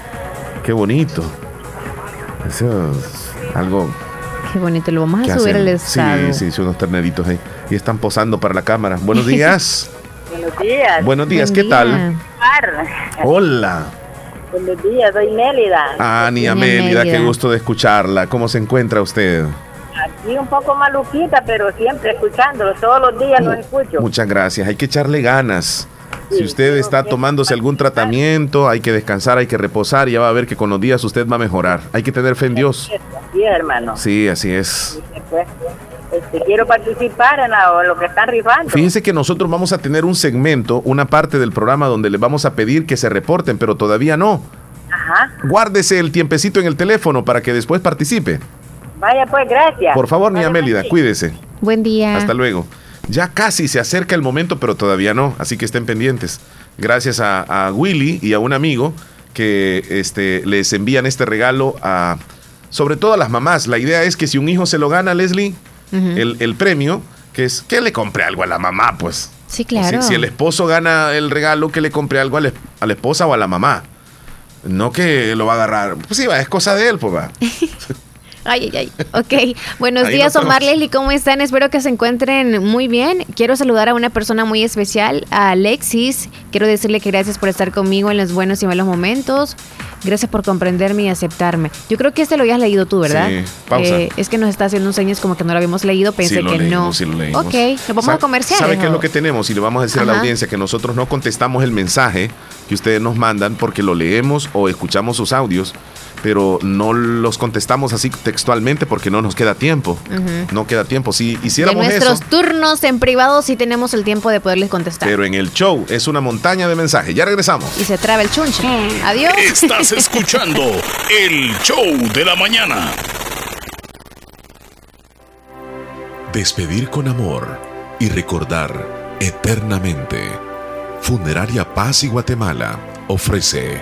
Qué bonito. Eso es algo
Qué bonito, lo vamos
¿Qué
a subir al
hacen?
estado.
Sí, sí, sí, unos terneritos ahí. Y están posando para la cámara. Buenos días.
Buenos días.
Buenos días, ¿qué tal? Hola. Ah,
Buenos días, soy Mélida.
Ani Amélida, qué gusto de escucharla. ¿Cómo se encuentra usted?
Aquí un poco maluquita, pero siempre escuchándolo. Todos los días los escucho.
Muchas gracias. Hay que echarle ganas. Si usted está tomándose algún tratamiento, hay que descansar, hay que reposar y ya va a ver que con los días usted va a mejorar. Hay que tener fe en Dios.
Así es, hermano.
Sí, así es.
Pues, este, quiero participar en la- lo que están rifando.
Fíjense que nosotros vamos a tener un segmento, una parte del programa donde les vamos a pedir que se reporten, pero todavía no.
Ajá.
Guárdese el tiempecito en el teléfono para que después participe.
Vaya, pues, gracias.
Por favor, niña Mélida, cuídese.
Buen día.
Hasta luego. Ya casi se acerca el momento, pero todavía no, así que estén pendientes. Gracias a, a Willy y a un amigo que este, les envían este regalo a, sobre todo a las mamás. La idea es que si un hijo se lo gana, Leslie,
Ujú.
el, el premio, que es que le compre algo a la mamá, pues.
Sí, claro.
Si, si el esposo gana el regalo, que le compre algo a la, a la esposa o a la mamá. No que lo va a agarrar. Pues sí, va, es cosa de él, pues va.
Ay, ay, ay. Ok. Buenos
Ahí
días,
nos
Omar
vemos.
Leslie. ¿Cómo están? Espero que se encuentren muy bien. Quiero saludar a una persona muy especial, a Alexis. Quiero decirle que gracias por estar conmigo en los buenos y malos momentos. Gracias por comprenderme y aceptarme. Yo creo que este lo habías leído tú, ¿verdad? Eh,
Sí, pausa.
es que nos está haciendo un señas como que no lo habíamos leído. Pensé
Sí, lo
que no.
leímos, sí, lo leímos.
Ok, nos vamos
Sa-
a comerciales.
¿Sabe qué es
¿no?
lo que tenemos? Y le vamos a decir a la
Ajá.
audiencia que nosotros no contestamos el mensaje que ustedes nos mandan porque lo leemos o escuchamos sus audios, pero no los contestamos así textualmente porque no nos queda tiempo.
Ujú.
No queda tiempo. Si
De
hiciéramos eso,
nuestros turnos en privado sí tenemos el tiempo de poderles contestar.
pero en el show es una montaña de mensajes. Ya regresamos.
Y se traba el chunche. Adiós.
Estás escuchando el show de la mañana.
Despedir con amor y recordar eternamente. Funeraria Paz y Guatemala ofrece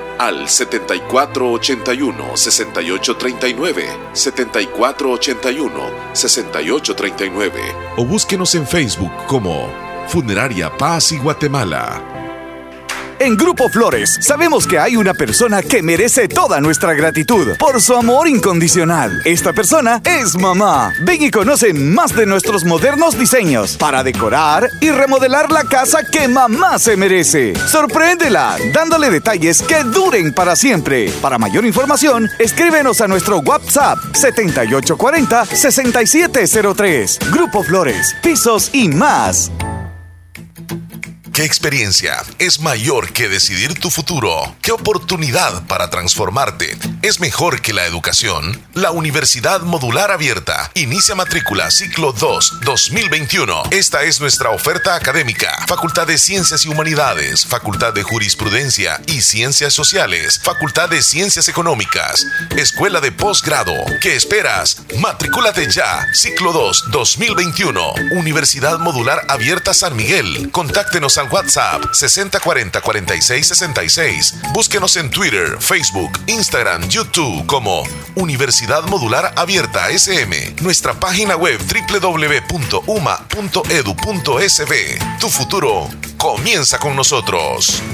al 7481-6839, 7481-6839 o búsquenos en Facebook como Funeraria Paz y Guatemala.
En Grupo Flores sabemos que hay una persona que merece toda nuestra gratitud por su amor incondicional. Esta persona es mamá. Ven y conoce más de nuestros modernos diseños para decorar y remodelar la casa que mamá se merece. Sorpréndela dándole detalles que duren para siempre. Para mayor información, escríbenos a nuestro WhatsApp 7840-6703. Grupo Flores, pisos y más.
¿Qué experiencia es mayor que decidir tu futuro? ¿Qué oportunidad para transformarte es mejor que la educación? La Universidad Modular Abierta inicia matrícula ciclo 2 2021. Esta es nuestra oferta académica. Facultad de Ciencias y Humanidades, Facultad de Jurisprudencia y Ciencias Sociales, Facultad de Ciencias Económicas, Escuela de Postgrado. ¿Qué esperas? Matrículate ya. Ciclo 2 2021. Universidad Modular Abierta San Miguel. Contáctenos al WhatsApp 6040-4666. Búsquenos en Twitter, Facebook, Instagram, YouTube como Universidad Modular Abierta SM. Nuestra página web www.uma.edu.sb. Tu futuro comienza con nosotros.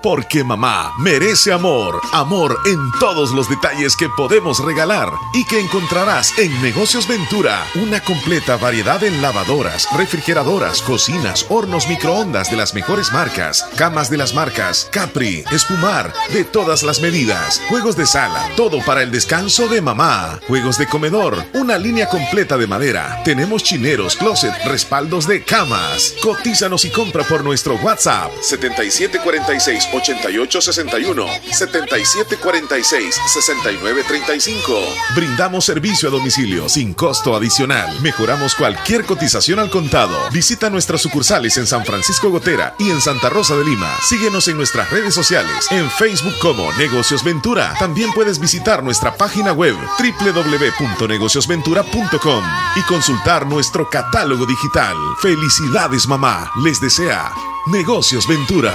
Porque mamá merece amor, amor en todos los detalles que podemos regalar y que encontrarás en Negocios Ventura, una completa variedad en lavadoras, refrigeradoras, cocinas, hornos microondas de las mejores marcas, camas de las marcas, Capri, espumar, de todas las medidas, juegos de sala, todo para el descanso de mamá, juegos de comedor, una línea completa de madera, tenemos chineros, closet, respaldos de camas. Cotízanos y compra por nuestro WhatsApp 7746 8861 7746 6935.
Brindamos servicio a domicilio sin costo adicional. Mejoramos cualquier cotización al contado.
Visita nuestras sucursales en San Francisco Gotera y en Santa Rosa de Lima. Síguenos en nuestras redes sociales, en Facebook como Negocios Ventura. También puedes visitar nuestra página web www.negociosventura.com y consultar nuestro catálogo digital. Felicidades mamá, les desea Negocios Ventura.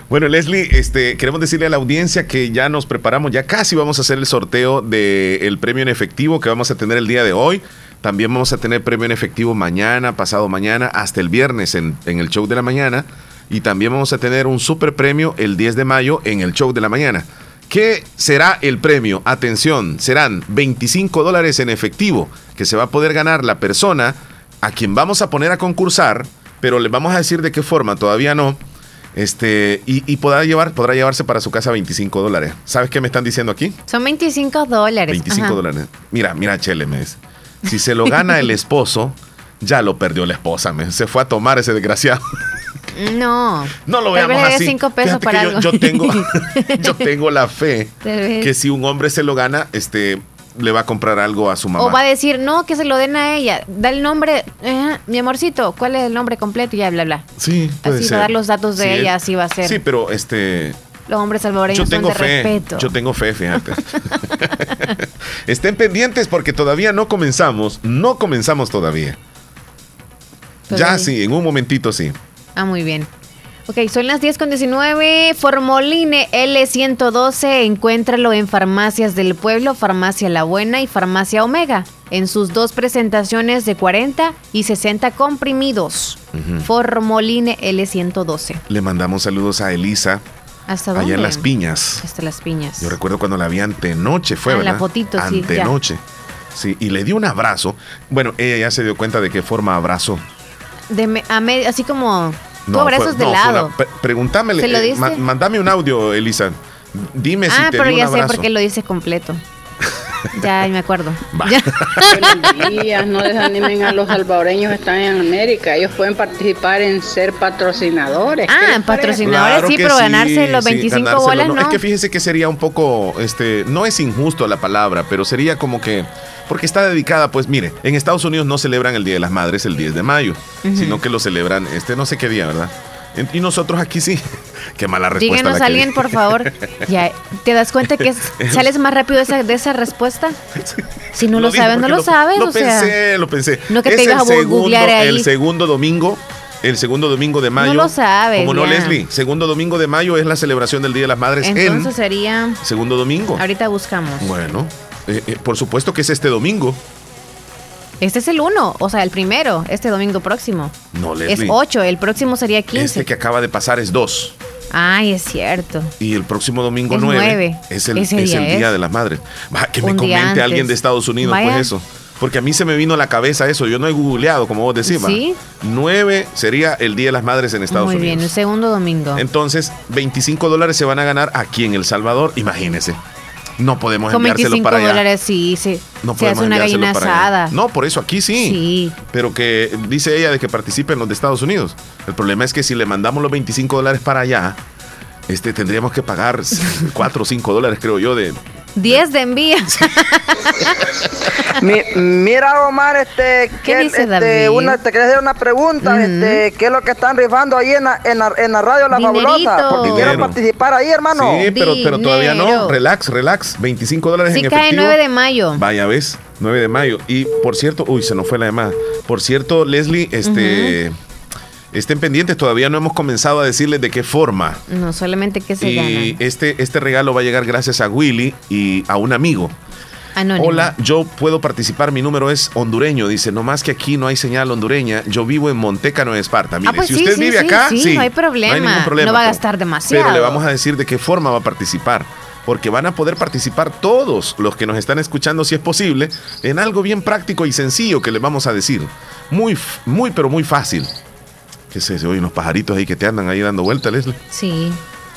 Bueno, Leslie, este, queremos decirle a la audiencia que ya nos preparamos, ya casi vamos a hacer el sorteo del premio en efectivo que vamos a tener el día de hoy. También vamos a tener premio en efectivo mañana, pasado mañana, hasta el viernes en, en el show de la mañana. Y también vamos a tener un super premio el 10 de mayo en el show de la mañana. ¿Qué será el premio? Atención, serán 25 dólares en efectivo que se va a poder ganar la persona a quien vamos a poner a concursar, pero le vamos a decir de qué forma, todavía no. Este, y, y podrá, llevar, podrá llevarse para su casa 25 dólares. ¿Sabes qué me están diciendo aquí?
Son 25 dólares.
25
Ajá.
dólares. Mira, mira, Chele, me dice. Si se lo gana el esposo, ya lo perdió la esposa, me. Se fue a tomar ese desgraciado.
No.
No lo
Tal
veamos
vez le dé
así.
5 pesos
Fíjate que
para
yo-
algo.
yo tengo- Yo tengo la fe
Tal vez.
que si un hombre se lo gana, este, le va a comprar algo a su mamá.
O va a decir, no, que se lo den a ella. Da el nombre, eh, mi amorcito, ¿cuál es el nombre completo? Y ya, bla, bla.
Sí, puede
Así
ser.
va a dar los datos de
Sí,
ella,
es-
así va a ser.
Sí, pero este.
Los hombres salvadoreños
Yo tengo
son de
fe.
respeto.
Yo tengo fe, fíjate. Estén pendientes porque todavía no comenzamos. No comenzamos todavía.
Todavía.
Ya sí, en un momentito sí.
Ah, muy bien. Ok, son las 10 con 19. Formoline L112, encuéntralo en Farmacias del Pueblo, Farmacia La Buena y Farmacia Omega, en sus dos presentaciones de 40 y 60 comprimidos.
Ujú.
Formoline L112.
Le mandamos saludos a Elisa
¿Hasta dónde?
allá en Las Piñas.
Hasta las piñas.
Yo recuerdo cuando la vi antenoche, fue,
Ah, la
¿verdad?
fotito, sí, ya.
Antenoche. Sí, y le di un abrazo. Bueno, ella ya se dio cuenta de qué forma abrazó.
De me- a medio- así como... tú
fue-
abrazos de
no, fue
lado.
una- pre- Preguntámele.
¿Se lo
eh,
dice?
ma- mandame un audio, Elisa. Dime
ah,
si te
pero
di un
ya sé
abrazo.
por qué lo dices completo. ya me acuerdo.
Va.
Ya.
Buenos días, no desanimen a los salvadoreños que están en América. Ellos pueden participar en ser patrocinadores.
Ah, patrocinadores
Claro
sí,
que
pero
sí,
ganarse los
sí,
25
ganárselo,
bolas no.
Es que fíjense que sería un poco, este, no es injusto la palabra, pero sería como que, porque está dedicada, pues mire, en Estados Unidos no celebran el Día de las Madres el 10 de mayo,
Ujú.
sino que lo celebran, este, no sé qué día, ¿verdad? En- Y nosotros aquí sí. Qué mala respuesta.
Díganos
la que
alguien,
di.
por favor. Ya, ¿te das cuenta que es- sales más rápido de esa, de esa respuesta? Si no lo,
dije
sabes, no
porque
lo, sabes.
Lo
o sea,
pensé, lo pensé.
no que
Es
te ibas
el
a googlear
segundo-
ahí.
El segundo domingo. El segundo domingo de mayo.
lo sabes,
Como no,
ya.
Leslie. Segundo domingo de mayo es la celebración del Día de las Madres
entonces sería.
en segundo domingo.
Ahorita buscamos.
Pues. Bueno, eh, eh, por supuesto que es este domingo.
Este es el uno, o sea, el primero, este domingo próximo.
No, Leslie.
Es 8, el próximo sería 15.
Este que acaba de pasar es 2.
Ay, es cierto.
Y el próximo domingo
Es
9
nueve.
es el,
Ese
es
día
el día
es.
de las madres. Va, que me
Un día
comente
antes.
alguien de Estados Unidos,
Vaya.
pues eso. Porque a mí se me vino a la cabeza eso. Yo no he googleado, como vos decís. va.
Sí.
9 sería el Día de las Madres en Estados
Muy
Unidos.
bien, el segundo domingo.
Entonces, 25 dólares se van a ganar aquí en El Salvador. Imagínense. No podemos
Con
enviárselo
25
para allá.
dólares sí se,
No
se hace
podemos
una
enviárselo
gallina
para allá.
asada.
No, por eso aquí sí.
Sí.
Pero que dice ella de que participen los de Estados Unidos. El problema es que si le mandamos los 25 dólares para allá, este, tendríamos que pagar 4 o 5 dólares, creo yo, de...
10 de envío.
Mi- mira, Omar, este, que,
dice
este,
David?
una, te quería hacer una pregunta. este, ¿Qué es lo que están rifando ahí en la, en la- en la radio La Fabulosa?
Dinerito.
Porque quiero
Dinero.
participar ahí, hermano.
sí, pero, pero todavía no.
Dinero.
Relax, relax. 25 dólares
Sí
en
cae
efectivo.
9 de mayo.
Vaya, ¿ves? 9 de mayo. Y por cierto, uy, se nos fue la llamada. Por cierto, Leslie, este... Estén pendientes, todavía no hemos comenzado a decirles de qué forma.
No, solamente que se
Y
gana.
este, este regalo va a llegar gracias a Willy y a un amigo.
Anónimo.
Hola, yo puedo participar, mi número es hondureño. Dice, no más que aquí no hay señal hondureña, yo vivo en Montecano, Esparta. Mire,
Ah, pues
si
sí,
usted
sí,
vive
sí,
acá,
sí,
sí,
no hay problema.
ningún
No va a
pero-
gastar demasiado.
Pero le vamos a decir de qué forma va a participar. Porque van a poder participar todos los que nos están escuchando, si es posible, en algo bien práctico y sencillo que les vamos a decir. Muy, f- muy, pero muy fácil. ¿Qué es eso? Oye, unos pajaritos ahí que te andan ahí dando vueltas, Leslie.
Sí.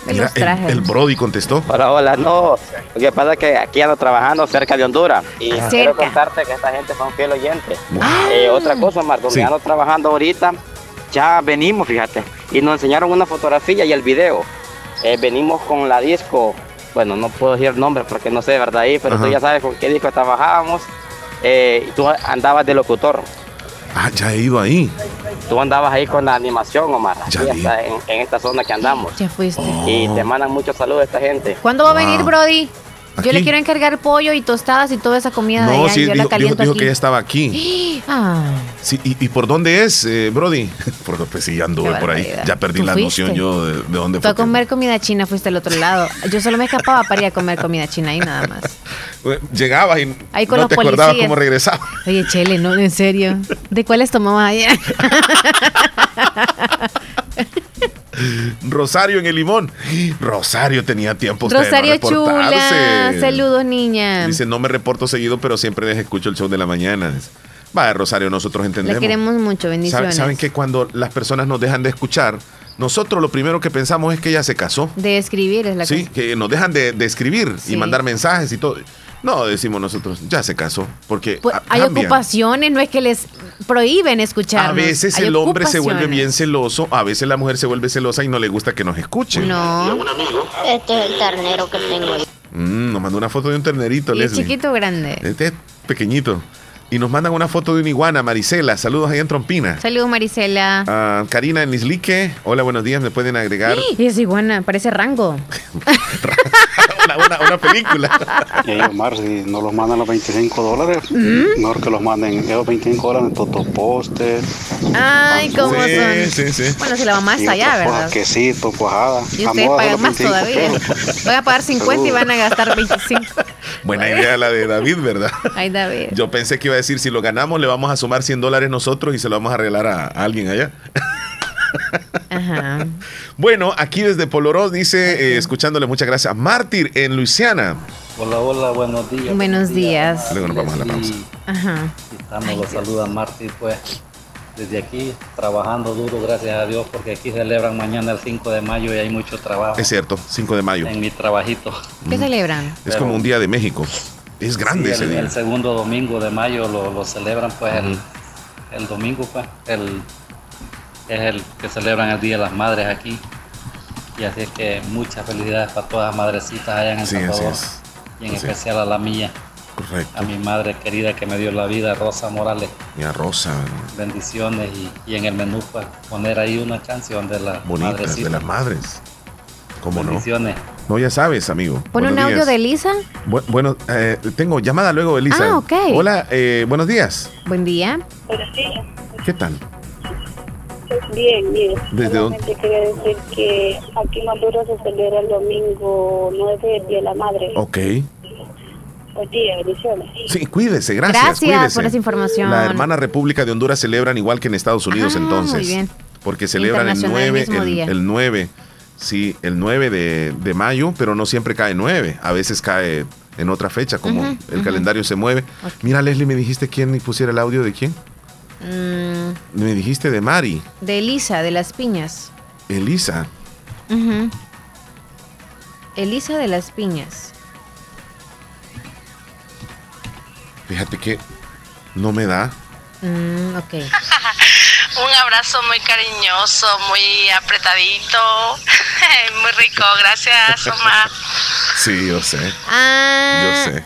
Me
Mira,
los
el,
traje.
el Brody contestó.
Hola, hola, no. Lo que pasa es que aquí ando trabajando cerca de Honduras y
Ah.
quiero
Cerca.
contarte que esta gente son fiel oyente.
Ah.
otra cosa, Omar, donde
Sí.
ando trabajando ahorita, ya venimos, fíjate, y nos enseñaron una fotografía y el video. Eh, venimos con la disco, bueno, no puedo decir el nombre porque no sé, de ¿verdad? Ahí, pero
Ajá.
tú ya sabes con qué disco trabajábamos. Eh, y tú andabas de locutor,
Ah, ya he ido ahí.
tú andabas ahí con la animación, Omar,
Ya
aquí
vi. Oh.
hasta en, en esta zona que andamos.
Ya fuiste.
Y te mandan muchos saludos a esta gente.
¿Cuándo va a venir, Brody? Yo le
Aquí.
quiero encargar pollo y tostadas y toda esa comida de
No,
allá.
sí,
yo
dijo,
la
dijo-
caliento
dijo
aquí.
que ya estaba aquí.
Ah,
Sí, ¿y, y por dónde es, eh, Brody? Por, pues sí, ya anduve
Qué
por ahí.
barbaridad.
Ya perdí
¿Tú
la
fuiste?
noción yo de, de dónde
tú a
fue. que-
comer comida china fuiste al otro lado. Yo solo me escapaba para ir a comer comida china y nada más.
Eh, Llegabas y
Ahí con
no
los
te acordabas
policías.
cómo regresaba.
Oye, Chele, no, en serio. ¿De cuáles tomabas allá?
Rosario en el limón. Rosario tenía tiempo. usted Pues de no
Rosario Chula.
reportarse.
Saludos, niña.
Dice, no me reporto seguido, pero siempre les escucho el show de la mañana. Va, Rosario, nosotros
Les
entendemos.
queremos mucho,
¿Saben,
bendiciones.
saben que cuando las personas nos dejan de escuchar, nosotros lo primero que pensamos es que ella se casó.
De escribir es la
Sí,
cosa.
que nos dejan de, de escribir
Sí.
y mandar mensajes y todo. No, decimos nosotros, ya se casó, porque
Pues,
a-
hay
cambian.
ocupaciones, no es que les prohíben escuchar.
A veces el hombre se vuelve bien celoso, a veces la mujer se vuelve celosa y no le gusta que nos escuchen.
No.
Este es el ternero que tengo.
Mm, nos mandó una foto de un ternerito,
Y es
Leslie.
chiquito o grande.
Este es pequeñito. Y nos mandan una foto de una iguana, Marisela. Saludos ahí en Trompina.
Saludos, Marisela.
Ah, Karina en Islique. Hola, buenos días. Me pueden agregar
Y es iguana, parece rango.
una, una- una película.
Y ahí, Omar, si no los mandan los 25 dólares, mejor que los manden esos 25 dólares en totopostes.
Ay, cómo son.
Sí, sí, sí.
Bueno, se la va más
y
allá,
otras cosas,
¿verdad?
Quesito, cuajada.
Y
A
ustedes
moda de
pagan
los
más
25
todavía. Van a pagar 50 y van a gastar 25.
Buena idea la de David, ¿verdad?
Ay, David.
Yo pensé que iba a decir, si lo ganamos, le vamos a sumar 100 dólares nosotros y se lo vamos a arreglar a, a alguien allá.
Ajá.
Bueno, aquí desde Poloros dice, eh, escuchándole, muchas gracias. Mártir en Luisiana.
Hola, hola, buenos días.
Buenos días.
Luego nos vamos a la pausa.
Ajá.
Estamos, los saluda Martín, pues desde aquí trabajando duro, gracias a Dios, porque aquí celebran mañana el 5 de mayo y hay mucho trabajo
Es cierto, 5 de mayo. Mm.
en mi trabajito.
¿Qué celebran?
Es como un día de México. Es grande
Sí,
ese
el,
día.
el segundo domingo de mayo lo, lo celebran, pues el, el domingo, pues el, es el que celebran el Día de las Madres aquí. Y así es que muchas felicidades para todas las madrecitas allá en El
Sí, así
Salvador.
es.
Y en
Así es.
especial a la mía,
Correcto.
a mi madre querida que me dio la vida, Rosa Morales.
Y a Rosa, ¿no?
bendiciones y, y en el menú pues poner ahí una canción de la
bonitas,
madrecita.
de las madres. ¿Cómo no?
Bendiciones.
No, ya sabes, amigo.
Pon un
Buenos
audio
días.
de Elisa.
Bu- bueno, eh, tengo llamada luego, Elisa.
Ah, ok.
Hola, eh, buenos días.
Buen día.
¿Qué tal?
Bien, bien.
¿Desde dónde?
Solamente quería decir que aquí en Honduras se celebra el domingo 9, el Día de la Madre.
Ok.
Buen día, bendiciones.
Sí, cuídese, gracias.
Gracias
cuídese.
por esa información.
La hermana República de Honduras celebran igual que en Estados Unidos
Ah,
entonces.
muy bien.
Porque celebran el
Internacional el
9,
mismo
el,
día.
el 9, sí, el 9 de, de mayo, pero no siempre cae 9, a veces cae en otra fecha, como
Ujú,
el
ujú.
calendario se mueve. Mira, Leslie, me dijiste quién pusiera el audio de quién.
Mm,
Me dijiste de Mari,
de Elisa, de las piñas.
Elisa.
Ujú. Elisa de las piñas.
Fíjate que no me da.
Mm, ok.
Un abrazo muy cariñoso, muy apretadito, muy rico. Gracias, Omar.
Sí, yo sé.
Ah,
Yo sé.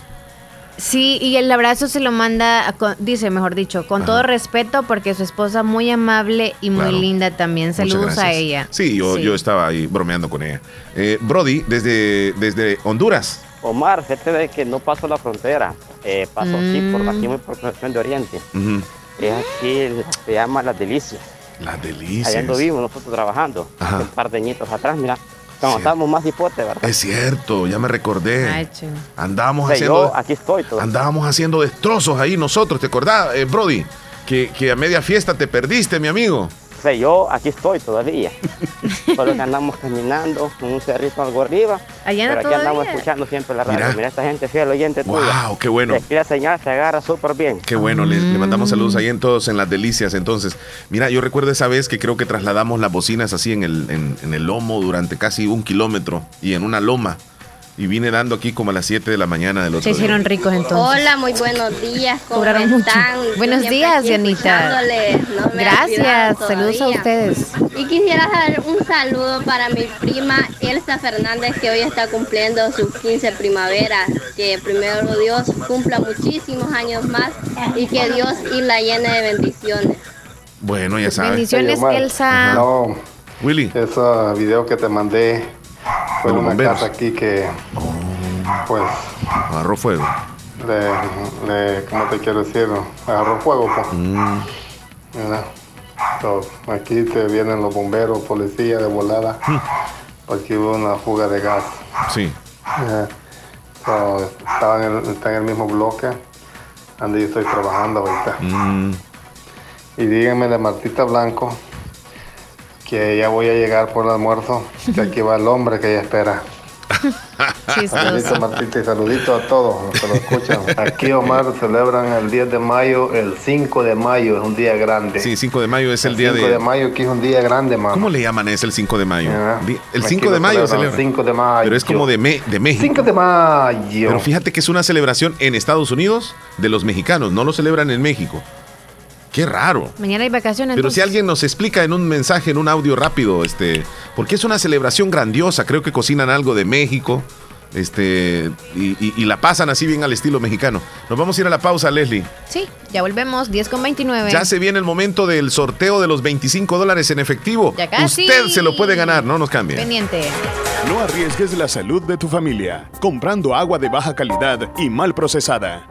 Sí, y el abrazo se lo manda, a con- dice, mejor dicho, con
Ajá.
todo respeto, porque su esposa muy amable y muy
Claro.
linda también.
Muchas
Saludos a
gracias.
ella.
Sí yo, yo estaba ahí bromeando con ella. Eh, Brody, desde, desde Honduras.
Omar, fíjate de que no paso la frontera, eh, paso aquí
Mm.
por aquí muy por Concepción de Oriente.
Ujú.
Es aquí, el- se llama Las Delicias.
Las
Allá
delicias.
anduvimos nosotros trabajando,
Ajá.
un par de añitos atrás, mira, cuando estábamos más hipotes, ¿verdad?
Es cierto, ya me recordé. Andábamos
Sí,
haciendo.
yo aquí estoy
Andábamos haciendo destrozos ahí nosotros, ¿te acordás, eh, Brody? Que, que a media fiesta te perdiste, mi amigo.
O sea, yo aquí estoy todavía. Solo que andamos caminando con un cerrito algo arriba.
Allá anda
pero aquí andamos
todavía.
escuchando siempre la radio. Mira, esta gente fiel oyente
Wow,
tuya.
qué bueno.
Te la señal, se agarra súper bien.
Qué bueno, le, le
Mm.
mandamos saludos ahí en todos, en las delicias. Entonces, mira, yo recuerdo esa vez que creo que trasladamos las bocinas así en el, en, en el lomo durante casi un kilómetro y en una loma. Y vine dando aquí como a las 7 de la mañana del otro
Se
día.
hicieron ricos entonces.
Hola, muy buenos días. ¿Cómo
Cobraron mucho.
están? Yo
Buenos
siempre
días,
aquí
Dianita.
escuchándoles, no me he
Gracias,
olvidado
saludos a
todavía.
ustedes.
Y quisiera dar un saludo para mi prima Elsa Fernández, que hoy está cumpliendo sus 15 primaveras. Que primero Dios cumpla muchísimos años más y que Dios y la llene de bendiciones.
Bueno, ya sabes.
Bendiciones, Elsa.
No,
Willy.
Ese video que te mandé fue
De los
una
bomberos.
casa aquí que, pues,
Agarró fuego.
le, le- ¿cómo te quiero decir? Agarró fuego, pues.
Mm.
¿verdad? So, aquí te vienen los bomberos, policía de volada,
Hmm.
porque hubo una fuga de gas.
Sí.
Eh, so, estaba en el, está en el mismo bloque donde yo estoy trabajando ahorita.
Mm,
Y díganme la Martita Blanco que ya voy a llegar por el almuerzo, que aquí va el hombre que ella espera. Saludito Martita y saludito a todos los que lo escuchan. Aquí Omar celebran el 10 de mayo, el 5 de mayo es un día grande.
Sí, 5 de mayo es el, día de...
5 de mayo aquí es un día grande, mano.
¿Cómo le llaman es el 5 de mayo?
Ajá.
Di- El
Aquí
5 de
lo
mayo
celebran, 5 de mayo.
Pero es como de, me- de México.
5 de mayo.
Pero fíjate que es una celebración en Estados Unidos de los mexicanos, no lo celebran en México. Qué raro.
Mañana hay vacaciones.
Pero si
entonces.
alguien nos explica en un mensaje, en un audio rápido, este, porque es una celebración grandiosa, creo que cocinan algo de México, este, y, y- y la pasan así bien al estilo mexicano. Nos vamos a ir a la pausa, Leslie.
Sí, ya volvemos, 10 con 29.
Ya se viene el momento del sorteo de los 25 dólares en efectivo.
Ya casi.
Usted se lo puede ganar, no nos cambie.
Pendiente.
No arriesgues la salud de tu familia comprando agua de baja calidad y mal procesada.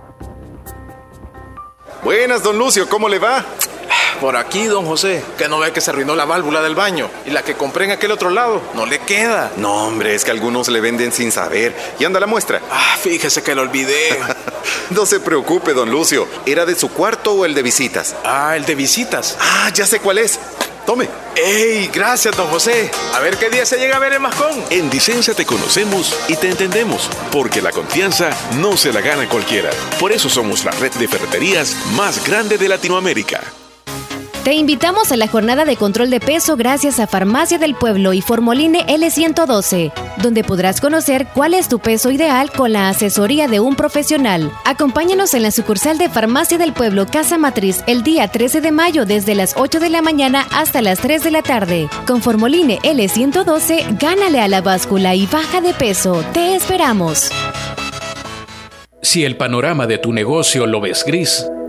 Buenas, don Lucio, ¿cómo le va? Por aquí, don José, que no ve que se arruinó la válvula del baño y la que compré en aquel otro lado no le queda.
No, hombre, es que algunos le venden sin saber. ¿Y anda la muestra?
Ah, fíjese que lo olvidé.
No se preocupe, don Lucio. ¿Era de su cuarto o el de visitas?
Ah, el de visitas.
Ah, ya sé cuál es. Tome.
¡Ey! Gracias, don José. A ver qué día se llega a ver el mascón.
En Dicenza te conocemos y te entendemos, porque la confianza no se la gana cualquiera. Por eso somos la red de ferreterías más grande de Latinoamérica. Te invitamos a la jornada de control de peso gracias a Farmacia del Pueblo y Formoline L112, donde podrás conocer cuál es tu peso ideal con la asesoría de un profesional. Acompáñanos en la sucursal de Farmacia del Pueblo Casa Matriz el día 13 de mayo desde las 8 de la mañana hasta las 3 de la tarde. Con Formoline L112, gánale a la báscula y baja de peso. Te esperamos.
Si el panorama de tu negocio lo ves gris,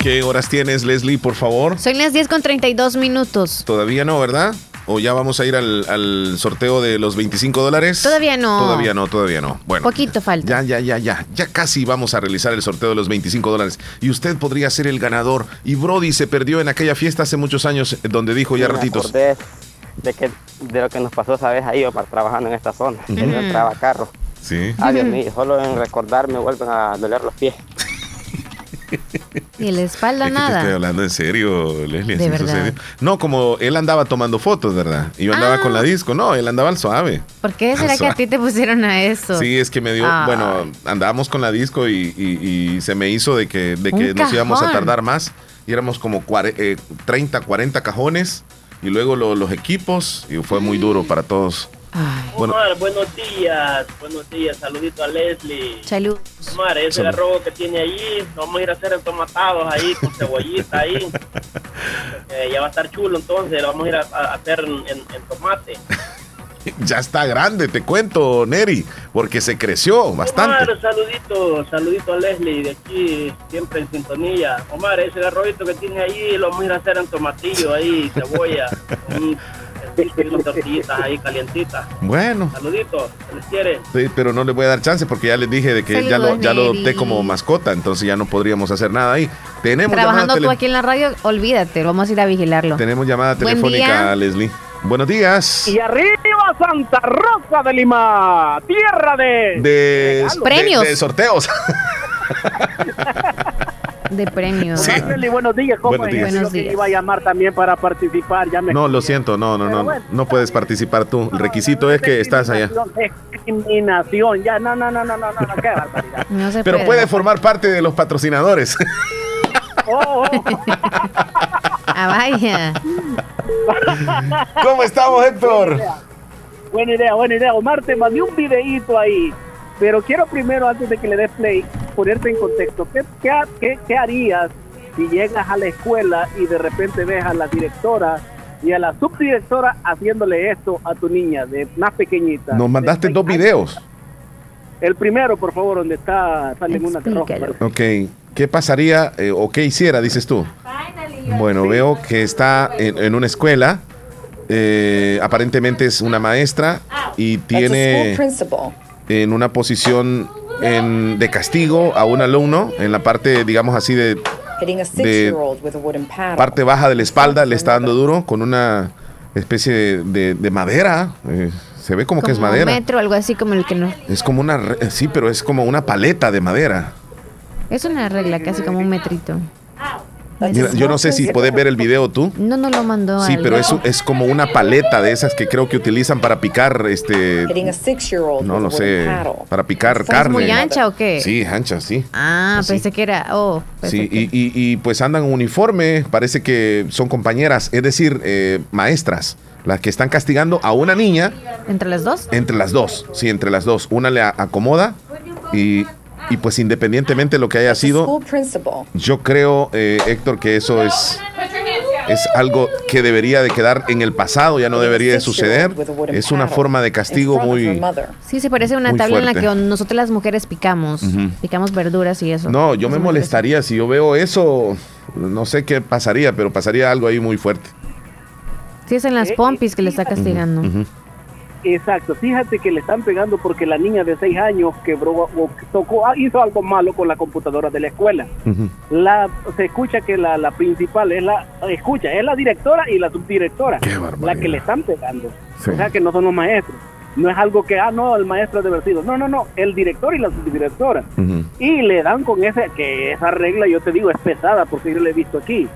¿Qué horas tienes, Leslie, por favor?
Son las 10 con 32 minutos.
Todavía no, ¿verdad? ¿O ya vamos a ir al, al sorteo de los 25 dólares?
Todavía no.
Todavía no, todavía no. Bueno,
Poquito falta.
ya, ya, ya, ya. Ya casi vamos a realizar el sorteo de los 25 dólares. Y usted podría ser el ganador. Y Brody se perdió en aquella fiesta hace muchos años eh, donde dijo ya
Me
ratitos.
acordé de, que, de lo que nos pasó esa vez ahí, Omar, trabajando en esta zona. que no
Ujú.
entraba carro.
Sí.
Ah, Dios mío, solo en recordar me vuelven a doler los pies.
Ni la espalda
Es que te estoy
nada.
hablando en serio, Leslie.
De
así
verdad. Ah.
sucedió. No, como él andaba tomando fotos, ¿verdad? Y yo andaba con la disco. No, él andaba al suave.
¿Por qué será que a ti te pusieron a eso?
Sí, es que me dio,
Ah.
bueno, andábamos con la disco y, y- y se me hizo de que, de que
Un
nos íbamos a
cajón.
tardar más y éramos como cuare- eh, 30, 40 cajones y luego lo- los equipos y fue muy duro para todos. Bueno.
Omar, buenos días, buenos días, saludito a Leslie.
Salud.
Omar, ese
Salud.
arroz que tiene allí, vamos a ir a hacer tomatados ahí con cebollita ahí. Eh, ya va a estar chulo entonces, lo vamos a ir a, a hacer en, en- en tomate.
ya está grande, te cuento, Neri, porque se creció bastante.
Omar, saludito, saludito a Leslie de aquí, siempre en sintonía. Omar, ese arrocito que tiene ahí lo vamos a ir a hacer en tomatillo ahí, cebolla, un, y unas tortillitas ahí calientitas.
Bueno,
Saludito, se les quiere.
sí, pero no le voy a dar chance porque ya les dije de que ya lo, ya lo adopté como mascota, entonces ya no podríamos hacer nada ahí. Tenemos
Trabajando
llamada,
tú
tele-
aquí en la radio, olvídate, vamos a ir a vigilarlo.
tenemos llamada
Buen
telefónica,
día.
Leslie. Buenos días.
Y arriba Santa Rosa de Lima, tierra de...
de
Regalos. Premios.
de- de sorteos.
De premios.
Omar Nelly, buenos días, ¿cómo
Buenos
es?
días.
Yo
Buenos
que
días.
iba a llamar también para participar, ya me...
No, lo siento, no, no, no, no puedes participar tú. El requisito es que estás allá.
Discriminación, ya, no, no, no, no, no, no, no, qué barbaridad.
Pero puede formar parte de los patrocinadores.
Oh, oh.
Ah, vaya.
¿Cómo estamos, Héctor?
Buena idea, buena idea. Omar, te mandé un videíto ahí, pero quiero primero, antes de que le des play, ponerte en contexto. ¿Qué, qué, ha- qué- qué harías si llegas a la escuela y de repente ves a la directora y a la subdirectora haciéndole esto a tu niña, de más pequeñita?
Nos mandaste dos videos.
El primero, por favor, donde está, sale en una roja.
Ok, ¿qué pasaría eh, o qué hiciera, dices tú? Bueno, veo que está en, en una escuela. eh, aparentemente es una maestra y tiene en una posición en- de castigo a un alumno en la parte, digamos así, de Eh,
hitting a six-year-old with a wooden paddle.
parte baja de la espalda le está dando duro con una especie de, de- de madera. eh, se ve como, que es
Como un
madera.
metro, algo así como el que no.
Es como una, re- eh, sí, pero es como una paleta de madera.
Es una regla, casi como un metrito. Pues
Mira, yo no sé si podés ver el video tú.
No, no lo mandó.
Sí,
al-
pero es, es como una paleta de esas que creo que utilizan para picar, este,
Hitting a six-year-old
no
with
lo
a wooden
sé,
paddle.
para picar
¿Es
carne.
muy ancha o qué?
Sí, es ancha, sí.
Ah, pensé que era. Oh,
Sí, y, y- y, pues andan en uniforme, parece que son compañeras, es decir, eh, maestras, las que están castigando a una niña
entre las dos.
entre las dos, sí, entre las dos. Una le a- acomoda y, y pues independientemente de lo que haya sido,
School principal.
yo creo, eh, Héctor, que eso es, es algo que debería de quedar en el pasado, ya no debería de suceder. Es una forma de castigo muy...
Sí, se parece a una
Muy
tabla en la
fuerte.
que nosotros las mujeres picamos.
Ujú.
Picamos verduras y eso.
No, yo me molestaría si yo veo eso, no sé qué pasaría, pero pasaría algo ahí muy fuerte.
Sí, es en las pompis que le está castigando.
Ujú.
Exacto, fíjate que le están pegando porque la niña de 6 años quebró o tocó, ah, hizo algo malo con la computadora de la escuela. La, se escucha que la, la principal es la, escucha, es la directora y la subdirectora, la que le están pegando.
Sí.
O sea que no son los maestros. No es algo que, ah, no, el maestro es divertido. No, no, no, el director y la subdirectora.
Mm.
Y le dan con ese, que esa regla, yo te digo, es pesada porque yo la he visto aquí.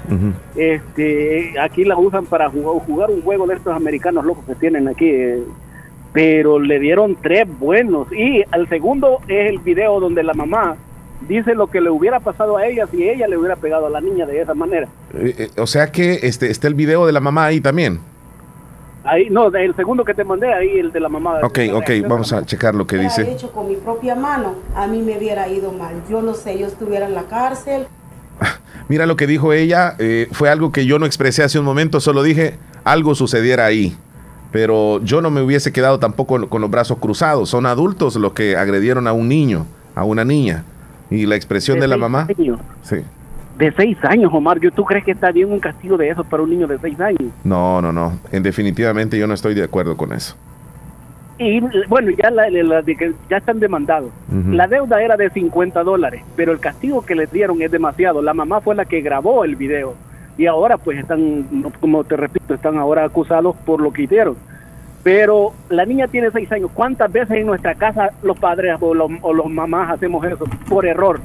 Este, aquí la usan para jugar, jugar un juego de estos americanos locos que tienen aquí. eh, Pero le dieron tres buenos. Y al segundo es el video donde la mamá dice lo que le hubiera pasado a ella si ella le hubiera pegado a la niña de esa manera.
Eh, eh, o sea que este, está el video de la mamá ahí también.
Ahí, no, el segundo que te mandé, ahí el de la mamá.
Ok, ok, vamos a checar lo que
hubiera
dice.
hecho con mi propia mano, a mí me hubiera ido mal. Yo no sé, yo estuviera en la cárcel.
Mira lo que dijo ella, eh, fue algo que yo no expresé hace un momento, solo dije algo sucediera ahí. Pero yo no me hubiese quedado tampoco con los brazos cruzados. Son adultos los que agredieron a un niño, a una niña. Y la expresión de la mamá. Sí.
De seis años, Omar, ¿yo tú crees que está bien un castigo de eso para un niño de seis años?
No, no, no. En definitivamente yo no estoy de acuerdo con eso.
Y bueno, ya, la, la- la de que ya están demandados.
Ujú.
La deuda era de 50 dólares, pero el castigo que les dieron es demasiado. La mamá fue la que grabó el video. Y ahora pues están, como te repito, están ahora acusados por lo que hicieron. Pero la niña tiene seis años. ¿Cuántas veces en nuestra casa los padres o los, o los mamás hacemos eso? Por error.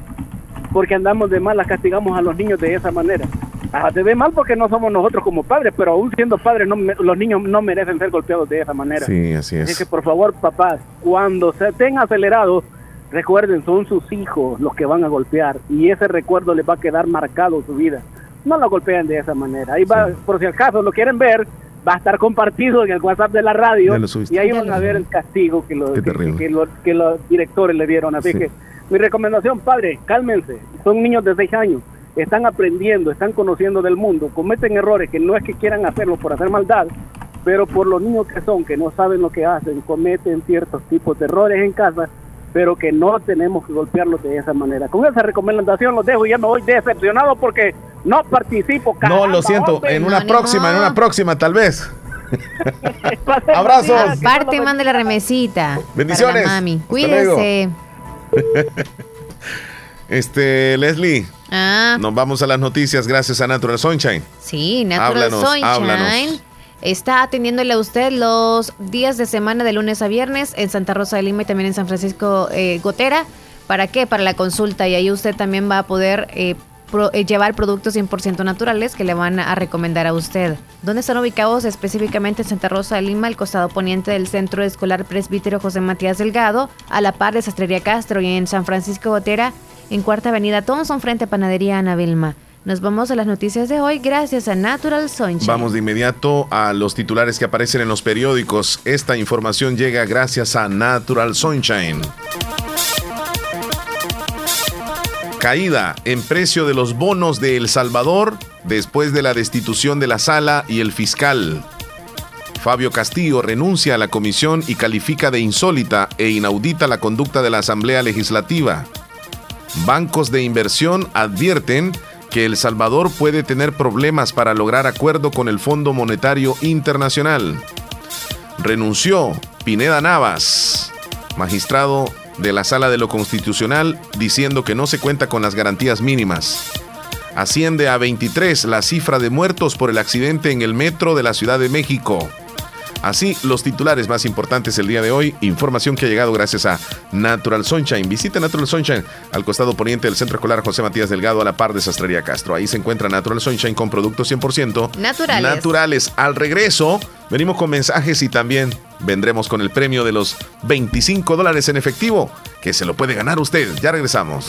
Porque andamos de malas, castigamos a los niños de esa manera. Ah, te ve mal porque no somos nosotros como padres, pero aún siendo padres, no me- los niños no merecen ser golpeados de esa manera.
Sí, así es.
Así que por favor, papás, cuando se estén acelerados, recuerden, son sus hijos los que van a golpear y ese recuerdo les va a quedar marcado su vida. No lo golpeen de esa manera. Ahí va, por si acaso lo quieren ver, va a estar compartido en el WhatsApp de la radio
Ya lo subiste.
y ahí
Ya
van
lo
a ver el castigo que, lo-
Qué
que,
terrible.
que lo- que los directores le dieron. Así
Sí.
que mi recomendación, padre, cálmense. Son niños de 6 años. Están aprendiendo, están conociendo del mundo, cometen errores que no es que quieran hacerlo por hacer maldad, pero por los niños que son, que no saben lo que hacen, cometen ciertos tipos de errores en casa, pero que no tenemos que golpearlos de esa manera. Con esa recomendación los dejo y ya me voy decepcionado porque no participo.
No,
caramba,
lo siento.
hombre.
En una próxima, en una próxima, tal vez.
Abrazo.
Abrazos.
Aparte, mande la remesita.
Bendiciones.
para la mami.
Hasta
Cuídese.
Este, Leslie,
Ah,
nos vamos a las noticias gracias a Natural Sunshine.
sí, Natural ¿eh?
Háblanos,
Sunshine.
háblanos.
Está atendiéndole a usted los días de semana de lunes a viernes en Santa Rosa de Lima y también en San Francisco eh, Gotera. ¿Para qué? Para la consulta. Y ahí usted también va a poder eh, pro- eh, llevar productos 100% naturales que le van a recomendar a usted. ¿Dónde están ubicados específicamente en Santa Rosa de Lima, el costado poniente del Centro Escolar Presbítero José Matías Delgado, a la par de Sastrería Castro y en San Francisco Gotera, en Cuarta Avenida Thompson, frente a Panadería Ana Vilma? Nos vamos a las noticias de hoy gracias a Natural Sunshine.
Vamos de inmediato a los titulares que aparecen en los periódicos. Esta información llega gracias a Natural Sunshine. Caída en precio de los bonos de El Salvador después de la destitución de la sala y el fiscal. Fabio Castillo renuncia a la comisión y califica de insólita e inaudita la conducta de la Asamblea Legislativa. Bancos de inversión advierten que El Salvador puede tener problemas para lograr acuerdo con el Fondo Monetario Internacional. Renunció Pineda Navas, magistrado de la Sala de lo Constitucional, diciendo que no se cuenta con las garantías mínimas. Asciende a 23 la cifra de muertos por el accidente en el metro de la Ciudad de México. Así, los titulares más importantes el día de hoy, información que ha llegado gracias a Natural Sunshine. Visita Natural Sunshine al costado poniente del Centro Escolar José Matías Delgado a la par de Sastrería Castro. Ahí se encuentra Natural Sunshine con productos 100%
Naturales.
naturales. Al regreso, venimos con mensajes y también vendremos con el premio de los 25 dólares en efectivo, que se lo puede ganar usted. Ya regresamos.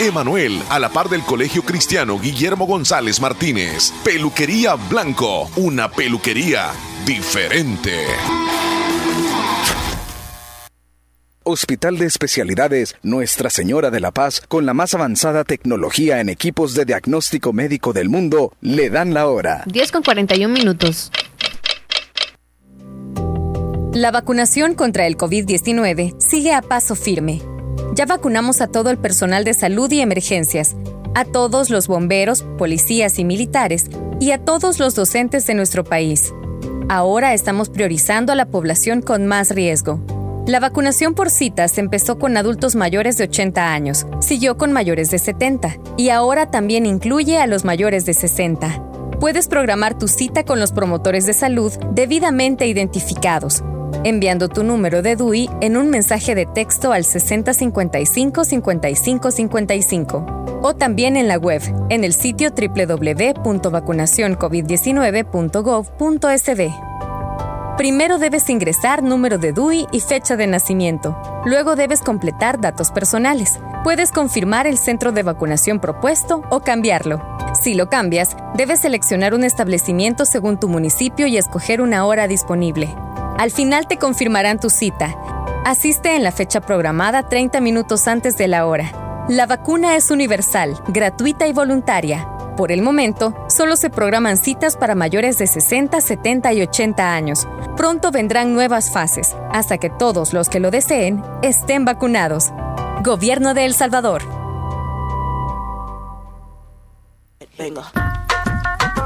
Emanuel, a la par del Colegio Cristiano Guillermo González Martínez. Peluquería Blanco, una peluquería diferente.
Hospital de Especialidades Nuestra Señora de la Paz, con la más avanzada tecnología en equipos de diagnóstico médico del mundo, le dan la hora.
10 con 41 minutos.
La vacunación contra el COVID-19 sigue a paso firme. Ya vacunamos a todo el personal de salud y emergencias, a todos los bomberos, policías y militares, y a todos los docentes de nuestro país. Ahora estamos priorizando a la población con más riesgo. La vacunación por citas empezó con adultos mayores de 80 años, siguió con mayores de 70 y ahora también incluye a los mayores de 60. Puedes programar tu cita con los promotores de salud debidamente identificados, enviando tu número de DUI en un mensaje de texto al 6055-5555 o también en la web, en el sitio www.vacunacioncovid19.gov.sb. Primero debes ingresar número de DUI y fecha de nacimiento. Luego debes completar datos personales. Puedes confirmar el centro de vacunación propuesto o cambiarlo. Si lo cambias, debes seleccionar un establecimiento según tu municipio y escoger una hora disponible. Al final te confirmarán tu cita. Asiste en la fecha programada 30 minutos antes de la hora. La vacuna es universal, gratuita y voluntaria. Por el momento, solo se programan citas para mayores de 60, 70 y 80 años. Pronto vendrán nuevas fases, hasta que todos los que lo deseen estén vacunados. Gobierno de El Salvador.
Venga.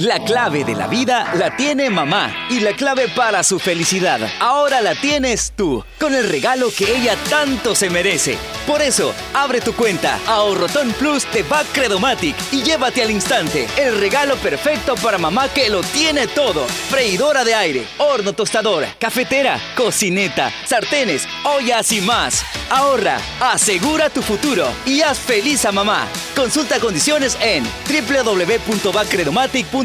La clave de la vida la tiene mamá y la clave para su felicidad ahora la tienes tú con el regalo que ella tanto se merece. Por eso, abre tu cuenta Ahorrotón Plus de Back Credomatic y llévate al instante el regalo perfecto para mamá que lo tiene todo. Freidora de aire, horno tostador, cafetera, cocineta, sartenes, ollas y más. Ahorra, asegura tu futuro y haz feliz a mamá. Consulta condiciones en www.backcredomatic.com.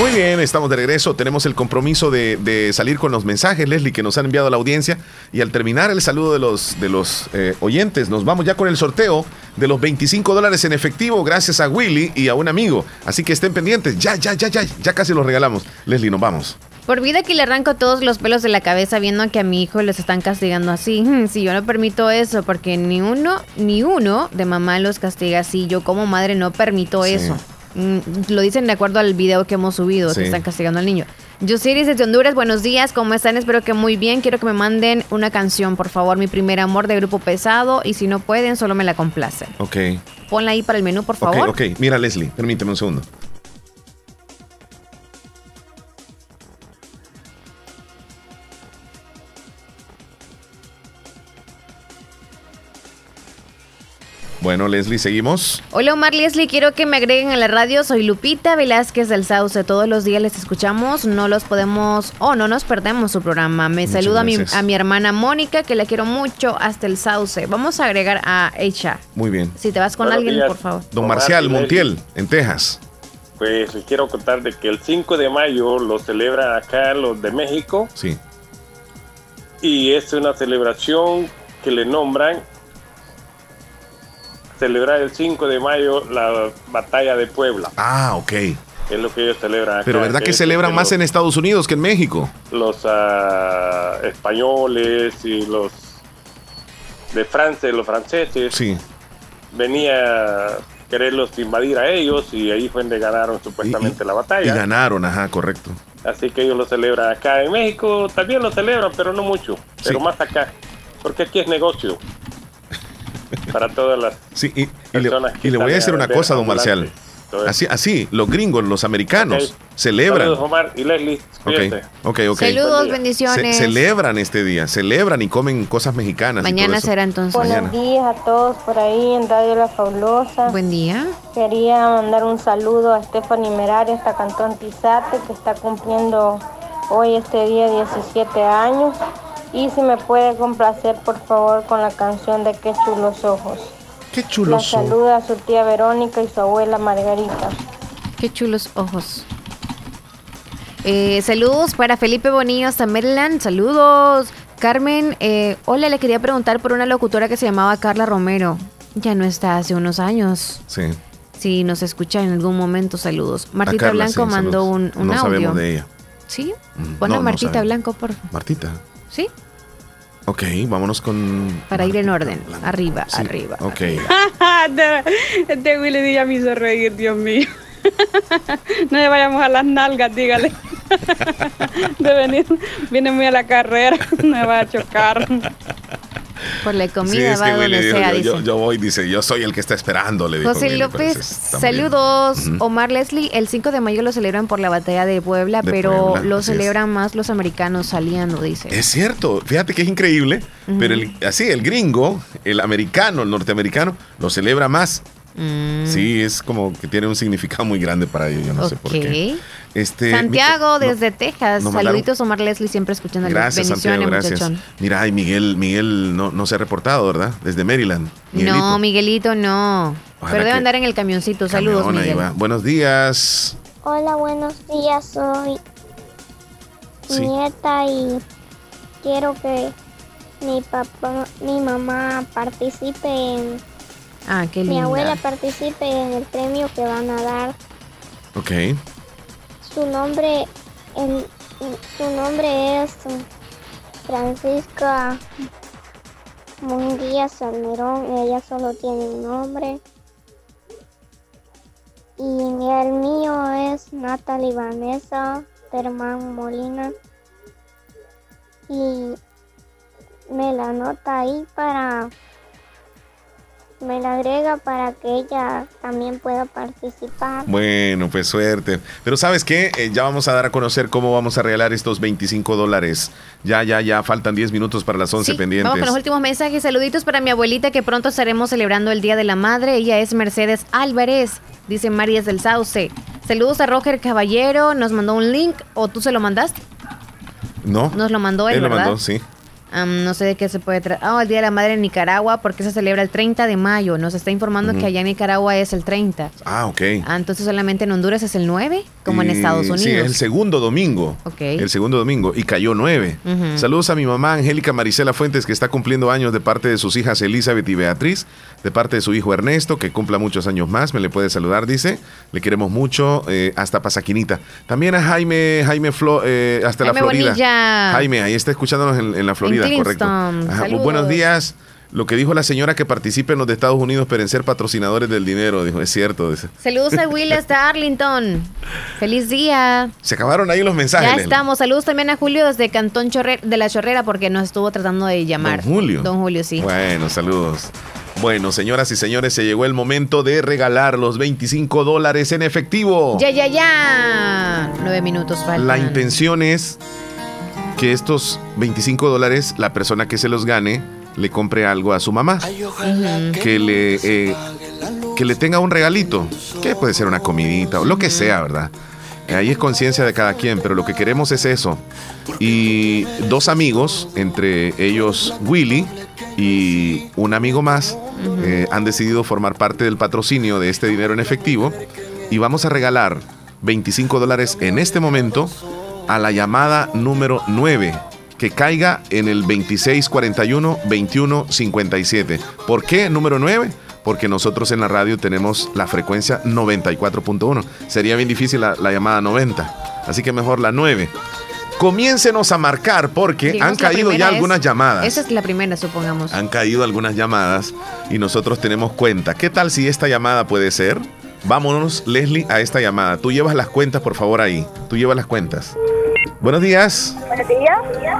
Muy bien, estamos de regreso. Tenemos el compromiso de, de salir con los mensajes, Leslie, que nos han enviado a la audiencia. Y al terminar el saludo de los, de los eh, oyentes, nos vamos ya con el sorteo de los 25 dólares en efectivo, gracias a Willy y a un amigo. Así que estén pendientes. Ya, ya, ya, ya, ya casi los regalamos. Leslie, nos vamos.
Por vida que le arranco todos los pelos de la cabeza viendo que a mi hijo los están castigando así. Hmm, Si yo no permito eso, porque ni uno, ni uno de mamá los castiga así. Yo como madre no permito eso. Mm, Lo dicen de acuerdo al video que hemos subido,
Sí.
que están castigando al niño. Yosiris desde Honduras, buenos días, ¿cómo están? Espero que muy bien. Quiero que me manden una canción, por favor, Mi Primer Amor de Grupo Pesado. Y si no pueden, solo me la complacen.
Ok,
Ponla ahí para el menú, por
ok,
favor.
ok. Mira, Leslie, permíteme un segundo. Bueno, Leslie, seguimos.
Hola Omar Leslie, quiero que me agreguen a la radio. Soy Lupita Velázquez del Sauce. Todos los días les escuchamos, no los podemos o no nos perdemos su programa. Me
Muchas
saluda a mi,
gracias.
a mi hermana Mónica, que la quiero mucho, hasta el Sauce. Vamos a agregar a Echa.
Muy bien.
Si te vas con
Buenos
alguien,
días.
por favor.
Don
Omar
Marcial
Leslie.
Montiel, en Texas.
Pues les quiero contar de que el 5 de mayo lo celebran acá los de México
Sí.
y es una celebración que le nombran celebrar el 5 de mayo la batalla de Puebla.
Ah, ok.
Es lo que ellos celebran acá.
Pero ¿verdad que
es
celebran
lo-
más en Estados Unidos que en México?
los ah, españoles y los de Francia, los franceses,
Sí.
venía a quererlos invadir a ellos y ahí fue donde ganaron supuestamente la
Y
batalla.
ganaron, ajá, correcto.
Así que ellos lo celebran acá. En México también lo celebran, pero no mucho, pero más acá, porque aquí es negocio para todas las
Sí, y, y le,
personas que
y le voy
salen
a decir una
vender
cosa, don Marcial.
ambulantes.
Así, así, los gringos, los americanos,
Ok.
celebran.
Saludos, Omar y Leslie.
Ok,
Cuídense.
ok, ok.
Saludos, bendiciones.
Ce- celebran este día, celebran y comen cosas mexicanas. y todo
Mañana
eso.
será entonces.
Mañana.
días a todos por ahí en Radio La Fabulosa.
Buen día.
Quería mandar un saludo a Stephanie Merari, hasta Cantón Tizate, que está cumpliendo hoy este día 17 años. Y si me puede complacer, por favor, con la canción de Qué chulos ojos.
Qué
La
chulos ojos.
saluda su tía Verónica y su abuela Margarita.
Qué chulos ojos. Eh, saludos para Felipe Bonillo hasta Maryland. Saludos. Carmen, eh, hola, le quería preguntar por una locutora que se llamaba Carla Romero. Ya no está hace unos años.
Sí.
Si nos escucha en algún momento, saludos. Martita
A Carla,
Blanco
sí,
mandó un,
saludos.
un
No
audio.
sabemos de ella.
¿Sí?
Mm,
Pon a
no, no
Martita
sabemos.
Blanco, por favor.
Martita.
¿Sí?
Ok, vámonos con.
Para ir en orden. Arriba,
sí,
arriba.
Ok.
este Willy Díaz me hizo reír, Dios mío. No le vayamos a las nalgas, dígale. De venir, viene muy a la carrera, me va a chocar.
Por la comida,
Sí, es
va
que Willy
donde
dijo,
sea,
yo,
dice.
yo- yo voy, dice, yo soy el que está esperando, le dijo
José
Willy,
López,
entonces, también.
saludos.
Ujú.
Omar Leslie, el 5 de mayo lo celebran por la batalla de Puebla,
De
pero
Puebla,
lo
así es. Eh,
celebran más los americanos saliendo, dice.
Es cierto, fíjate que es increíble,
Ujú.
pero el- así, el gringo, el americano, el norteamericano, lo celebra más.
Mm.
Sí, es como que tiene un significado muy grande para ellos, yo no sé por qué.
Ok.
Este,
Santiago,
mi- no,
desde Texas.
nos mandaron-
Saluditos, Omar Leslie, siempre escuchando
gracias,
bendiciones,
Santiago, gracias.
muchachón.
Mira, ay, Miguel, Miguel no, no se ha reportado, ¿verdad? Desde Maryland. Miguelito.
No, Miguelito, no.
Ojalá
pero debe
que-
andar en el camioncito. Saludos,
Ahora ahí
Miguel.
va. Buenos días.
Hola, buenos días. Soy
Sí.
nieta y quiero que mi papá, mi mamá participe en,
Ah, qué
mi
linda.
abuela participe en el premio que van a dar.
Ok.
Su nombre, el- su nombre es Francisca Munguía Salmerón. Ella solo tiene un nombre. Y el mío es Natalie Vanessa Terman Molina. Y me la anota ahí para. Me la agrega para que ella también pueda participar.
Bueno, pues suerte. Pero ¿sabes qué? Eh, ya vamos a dar a conocer cómo vamos a regalar estos 25 dólares. Ya, ya, ya. Faltan 10 minutos para las 11 pendientes.
Vamos con los últimos mensajes. Saluditos para mi abuelita que pronto estaremos celebrando el Día de la Madre. Ella es Mercedes Álvarez, dice Marías del Sauce. Saludos a Roger Caballero, nos mandó un link o tú se lo mandaste.
No.
Nos lo mandó él,
Él lo
¿verdad?
mandó, sí.
Am, no sé de qué se puede tratar. Ah, el Día de la Madre en Nicaragua, porque se celebra el 30 de mayo. Nos está informando
Ujú.
que allá en Nicaragua es el 30.
Ah, ok.
Ah, entonces solamente en Honduras es el 9, como en
Y-
Estados Unidos.
Sí, es el segundo domingo.
Ok.
El segundo domingo. Y cayó 9.
Ujú.
Saludos a mi mamá Angélica Marisela Fuentes, que está cumpliendo años de parte de sus hijas Elizabeth y Beatriz, de parte de su hijo Ernesto, que cumpla muchos años más. Me le puede saludar, dice. Le queremos mucho. eh, hasta Pasaquinita. También a Jaime, Jaime Flo- eh, hasta la
Jaime
Florida.
Bonilla.
Jaime, ahí está escuchándonos en, en la Florida, correcto.
Kingston.
Ajá, pues,
Saludos.
buenos días. Lo que dijo la señora que participen los de Estados Unidos, pero en ser patrocinadores del dinero, dijo, es cierto. dice.
Saludos a Will hasta Arlington. Feliz día.
Se acabaron ahí los mensajes.
Ya
Leslie.
estamos. Saludos también a Julio desde Cantón Chorre- de la Chorrera porque nos estuvo tratando de llamar.
Don Julio.
Don Julio, sí.
Bueno, saludos. Bueno, señoras y señores, se llegó el momento de regalar los 25 dólares en efectivo.
Ya, ya, ya. Nueve minutos faltan.
La intención es que estos 25 dólares, la persona que se los gane, le compre algo a su mamá. Que le, eh, que le tenga un regalito. Que puede ser una comidita o lo que sea, ¿verdad? Ahí es conciencia de cada quien, pero lo que queremos es eso. Y dos amigos, entre ellos Willy y un amigo más, eh, han decidido formar parte del patrocinio de este dinero en efectivo y vamos a regalar 25 dólares en este momento a la llamada número 9 que caiga en el 2641-2157. ¿Por qué número 9? Porque nosotros en la radio tenemos la frecuencia 94.1. Sería bien difícil la, la llamada 90. Así que mejor la 9. Comiéncenos a marcar porque
Digamos,
han
la
caído
primera
ya
es-
algunas llamadas. Ah.
Esa es la primera, supongamos.
Han caído algunas llamadas y nosotros tenemos cuenta. ¿Qué tal si esta llamada puede ser? Vámonos, Leslie, a esta llamada. Tú llevas las cuentas, por favor, ahí. Tú llevas las cuentas. Buenos días.
Buenos días.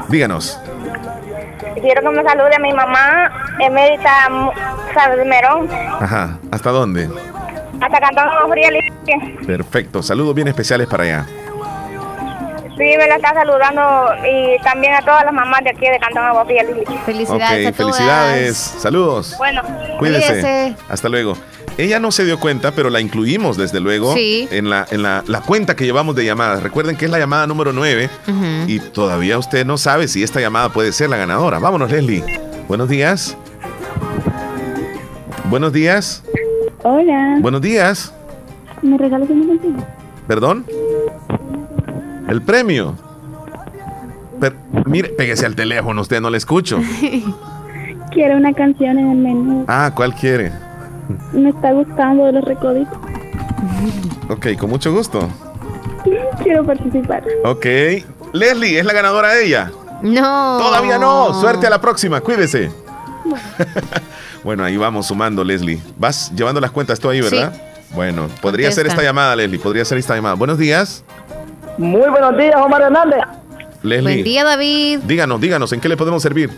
Díganos.
Quiero que me salude mi mamá, Emérita Mu- Salmerón,
Ajá. ¿Hasta dónde?
hasta Cantón Agua Fría Libre.
Perfecto. Saludos bien especiales para allá.
Sí, me la está saludando y también a todas las mamás de aquí de Cantón Agua Fría Libre.
ok, felicidades. Saludos.
Bueno,
Cuídese. Hasta luego. Ella no se dio cuenta, pero la incluimos desde luego
Sí.
en, la, en la, la cuenta que llevamos de llamadas. Recuerden que es la llamada número 9
Ujú.
y todavía usted no sabe si esta llamada puede ser la ganadora. Vámonos, Leslie. Buenos días. Buenos días.
Hola,
Buenos días.
¿me regalas un momentito?
¿Perdón? El premio. Per- mire, pégese al teléfono, usted no le escucho.
Quiero una canción en el menú.
Ah, ¿cuál quiere?
Me está gustando de los recoditos.
Ok, con mucho gusto.
Quiero participar.
Ok. Leslie, ¿es la ganadora de ella?
No.
Todavía
Oh.
no. Suerte a la próxima. Cuídese. Bueno, ahí vamos sumando, Leslie. Vas llevando las cuentas tú ahí, ¿verdad? Bueno, podría ser
Contesta.
esta llamada, Leslie. Podría ser esta llamada. Buenos días.
Muy buenos días, Omar Hernández.
Leslie.
Buen día, David.
Díganos, díganos, ¿en qué le podemos servir?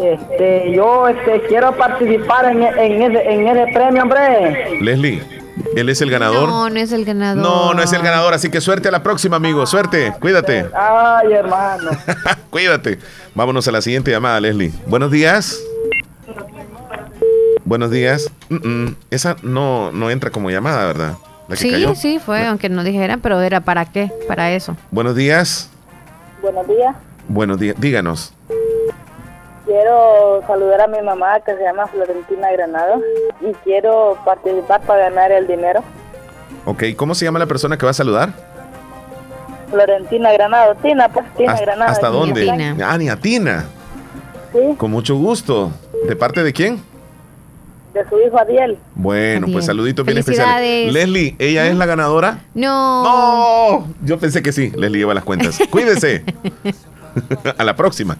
Este, yo este, quiero participar en, en, ese, en ese premio, hombre.
Leslie, él es el ganador.
No, no es el ganador.
No, no es el ganador, así que suerte a la próxima, amigo. Suerte, cuídate,
Ay, hermano.
cuídate. Vámonos a la siguiente llamada, Leslie. Buenos días. Buenos días. Mm, mm, Esa no, no entra como llamada, ¿verdad? La que
Sí,
cayó.
sí, fue, aunque no dijera, pero era para qué, para eso.
Buenos días.
Buenos días.
Buenos días. Díganos.
Quiero saludar a mi mamá que se llama Florentina Granado y quiero participar para ganar el dinero.
Ok, ¿cómo se llama la persona que va a saludar?
Florentina Granado, Tina, pues Tina
¿Hasta,
Granado.
hasta dónde? Ah, ni a Tina.
Sí,
Con mucho gusto. ¿De parte de quién?
de su hijo Adiel.
Bueno, pues saluditos bien
Felicidades.
especiales. Leslie, ¿ella es la ganadora?
No.
No, yo pensé que sí. Leslie lleva las cuentas. Cuídese. a la próxima.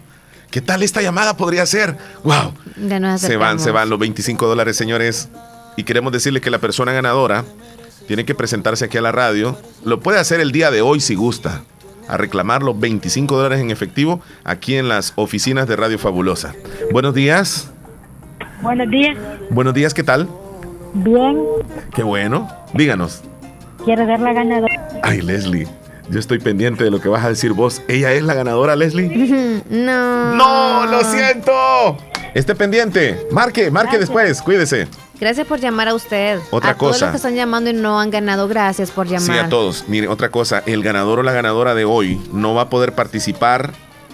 ¿Qué tal esta llamada podría ser? ¡Wow!
Ya nos
Se van,
acercamos.
se van los 25 dólares, señores. Y queremos decirles que la persona ganadora tiene que presentarse aquí a la radio. Lo puede hacer el día de hoy si gusta. A reclamar los 25 dólares en efectivo aquí en las oficinas de Radio Fabulosa. Buenos días.
Buenos días.
Buenos días, ¿qué tal?
Bien,
Qué bueno. Díganos.
quiero ver la ganadora.
Ay, Leslie. Yo estoy pendiente de lo que vas a decir vos. ¿Ella es la ganadora, Leslie?
no.
¡No! ¡Lo siento! Esté pendiente. Marque, marque
Gracias.
después. Cuídese.
Gracias por llamar a usted.
Otra
a todos
cosa.
los que están llamando y no han ganado, gracias por llamar.
Sí, a todos. Miren, otra cosa, el ganador o la ganadora de hoy no va a poder participar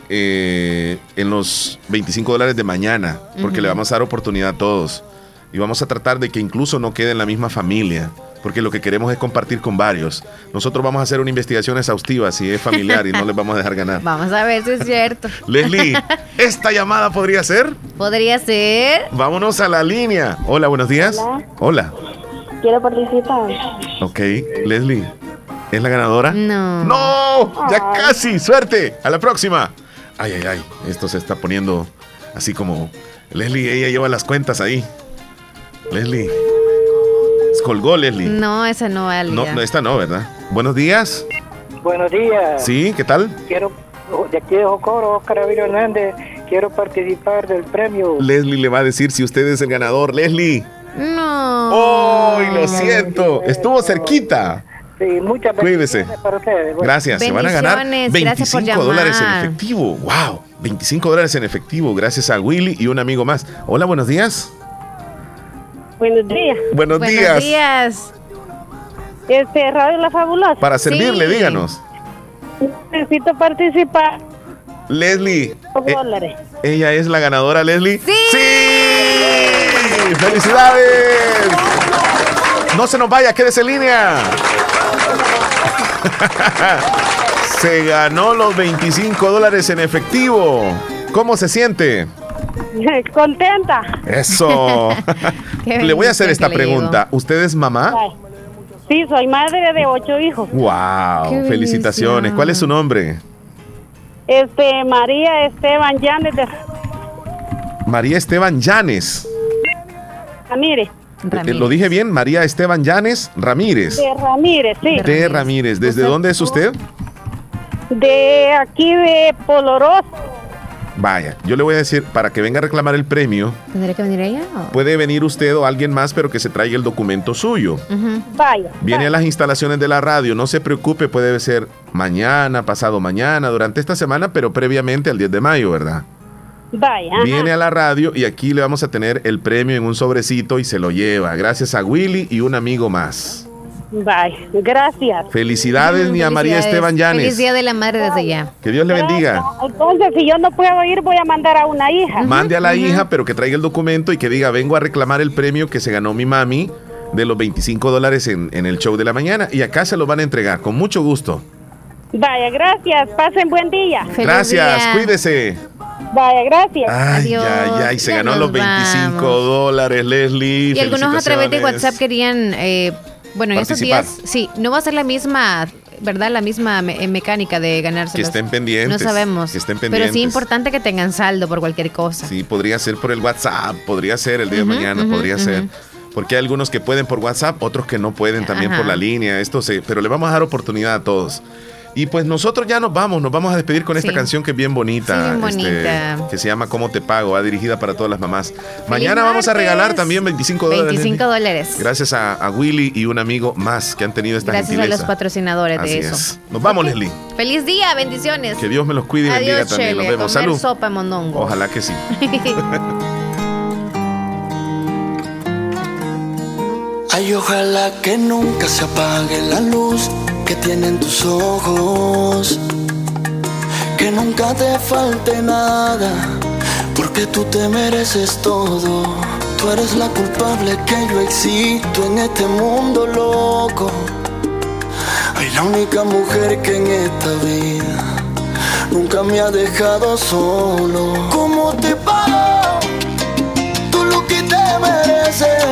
eh, en los 25 dólares de mañana, porque
Ujú.
le vamos a dar oportunidad a todos. Y vamos a tratar de que incluso no quede en la misma familia, porque lo que queremos es compartir con varios. Nosotros vamos a hacer una investigación exhaustiva si es familiar y no les vamos a dejar ganar.
Vamos a ver si es cierto.
Leslie, ¿esta llamada podría ser?
Podría ser.
Vámonos a la línea. Hola, buenos días. Hola.
Quiero participar.
Ok, Leslie, ¿es la ganadora?
No.
¡No! ¡Ya casi! ¡Suerte! ¡A la próxima! Ay, ay, ay. Esto se está poniendo así como. Leslie, ella lleva las cuentas ahí. Leslie. Colgó Leslie.
No, esa no vale.
No, no, esta no, ¿verdad? Buenos días.
Buenos días.
Sí, ¿qué tal?
Quiero, de aquí de Jocoro, Oscar Aviro Hernández, quiero participar del premio.
Leslie le va a decir si usted es el ganador. Leslie.
No.
¡Ay, lo siento! Estuvo cerquita.
Sí, muchas
Cuídese.
para ustedes.
Gracias, se van a ganar
Bendiciones, gracias por
25 dólares en
llamar.
efectivo. ¡Wow! 25 dólares en efectivo, gracias a Willy y un amigo más. Hola, buenos días.
Buenos días.
Buenos Buenos días.
Este, Radio La Fabulosa.
Para servirle, díganos.
Necesito participar.
Leslie,
Por
eh,
dólares.
ella es la ganadora, Leslie. ¡Sí! ¡Felicidades! No se nos vaya, quédese en línea. se ganó los 25 dólares en efectivo. ¿Cómo se siente?
Contenta.
Eso.
Qué
le voy a hacer
bendición
esta
que le
pregunta. ¿Usted es mamá?
Sí, soy madre de ocho hijos. Qué
Wow, felicitaciones.
bendición.
¿Cuál es su nombre?
Este, María Esteban Yanes de
María Esteban Llanes.
Ramírez.
Eh, ¿Lo dije bien? María Esteban Llanes Ramírez.
De Ramírez, sí.
T. Ramírez. ¿Desde dónde es usted?
De aquí de Poloros.
Vaya, yo le voy a decir, para que venga a reclamar el premio,
¿Tendría que venir ella? o?
puede venir usted o alguien más, pero que se traiga el documento suyo.
Ujú.
Vaya.
Viene a las instalaciones de la radio, no se preocupe, puede ser mañana, pasado mañana, durante esta semana, pero previamente al 10 de mayo, ¿verdad?
Vaya. ajá.
Viene a la radio y aquí le vamos a tener el premio en un sobrecito y se lo lleva, gracias a Willy y un amigo más.
Vaya. Gracias.
Felicidades, ni a María
felicidades.
Esteban
Feliz
Llanes.
día
Mm, Día de la madre desde allá.
Que Dios le bendiga.
Entonces, si yo no puedo ir, voy a mandar a una hija.
Mande a la hija, pero que traiga el documento y que diga, vengo a reclamar el premio que se ganó mi mami de los 25 dólares en, en el show de la mañana. Y acá se lo van a entregar, con mucho gusto.
Vaya, gracias. Pasen buen día.
Gracias, cuídese.
Vaya, gracias.
Ay, ya, ya, y se
ya
ganó
nos
los 25 dólares, Leslie.
Y algunos a través de
felicitaciones.
WhatsApp querían, eh, bueno, en esos
Participar.
días, sí, no va a ser la misma, ¿verdad? La misma me- eh, mecánica de ganarse.
Que estén pendientes.
No sabemos.
Que estén
Pero
pendientes.
sí importante que tengan saldo por cualquier cosa.
Sí, podría ser por el WhatsApp, podría ser el día de mañana,
ujú,
podría
ujú.
ser. Porque hay algunos que pueden por WhatsApp, otros que no pueden también
Ajá.
por la línea, esto se, pero le vamos a dar oportunidad a todos. Y pues nosotros ya nos vamos, nos vamos a despedir con esta
Sí.
canción que es bien bonita,
Sí, bien
este,
bonita.
que se llama ¿Cómo te pago? Va dirigida para todas las mamás. Mañana vamos a
martes!
regalar también 25 dólares.
25
Leslie.
dólares.
Gracias a, a Willy y un amigo más que han tenido esta
Gracias a
gentileza.
los patrocinadores
Así
de eso.
es. Nos vamos, Leslie.
Feliz día, bendiciones.
Que Dios me los cuide y bendiga
Adiós,
también. Nos
Chele. a
vemos.
Comer
Salud.
sopa, mondongo.
Ojalá que sí.
Ay, ojalá que nunca se apague la luz que tienen tus ojos. Que nunca te falte nada, porque tú te mereces todo. Tú eres la culpable que yo existo en este mundo loco. Ay, la única mujer que en esta vida nunca me ha dejado solo. ¿Cómo te pago? Tú lo que te mereces.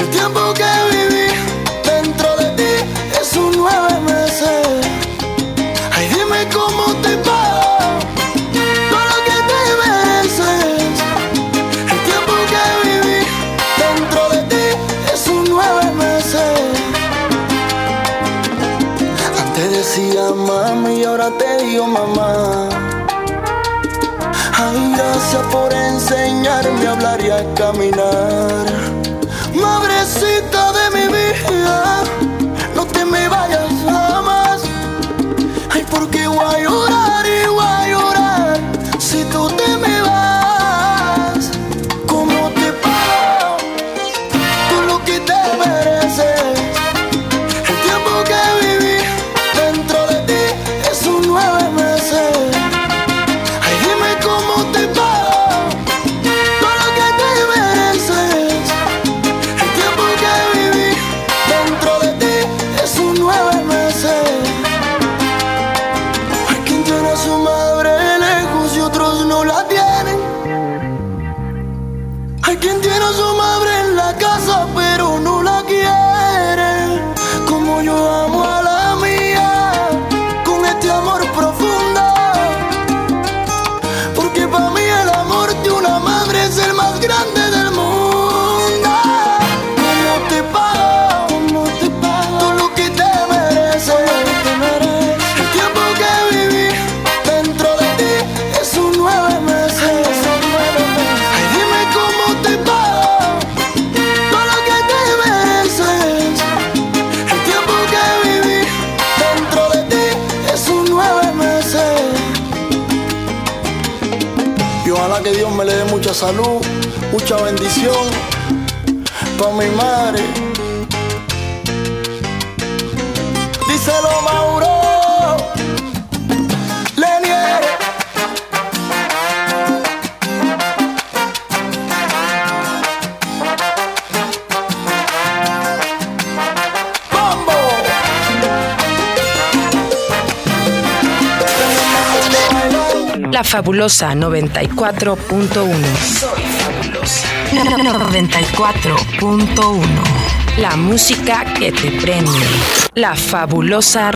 El tiempo que viví dentro de ti es un nueve meses. Ay, dime cómo te pago todo lo que te mereces. El tiempo que viví dentro de ti es un nueve meses. Antes decía mami y ahora te digo mamá. Ay, gracias por enseñarme a hablar y a caminar. Madrecita de mi vida, no te me vayas jamás. Ay, porque voy a llorar y voy a llorar si tú te me vas. ¿Cómo te pago? Tú lo que te mereces. El tiempo que viví dentro de ti es un nueve meses. Ay, dime cómo te pago. Todo lo que te mereces. El tiempo que viví dentro de ti es un nueve meses. Hay quien tiene a su madre lejos y otros no la tienen. Hay quien tiene a su madre en la casa pero no la quiere. Como yo amo a la mía con este amor profundo. Porque para mí el amor de una madre es el más grande del mundo. ¿Cómo te pago? ¿Cómo te pago? Todo lo que te mereces. El tiempo que viví dentro de ti es un nueve meses. Ay, dime cómo te pago. Todo lo que te mereces. El tiempo que viví dentro de ti es un nueve meses. Y ojalá que Dios me le dé mucha salud, mucha bendición para mi madre. Díselo Mauro, Lenier. Bombo.
La fabulosa 94.1.
Soy fabulosa.
94.1. La música que te prende. La fabulosa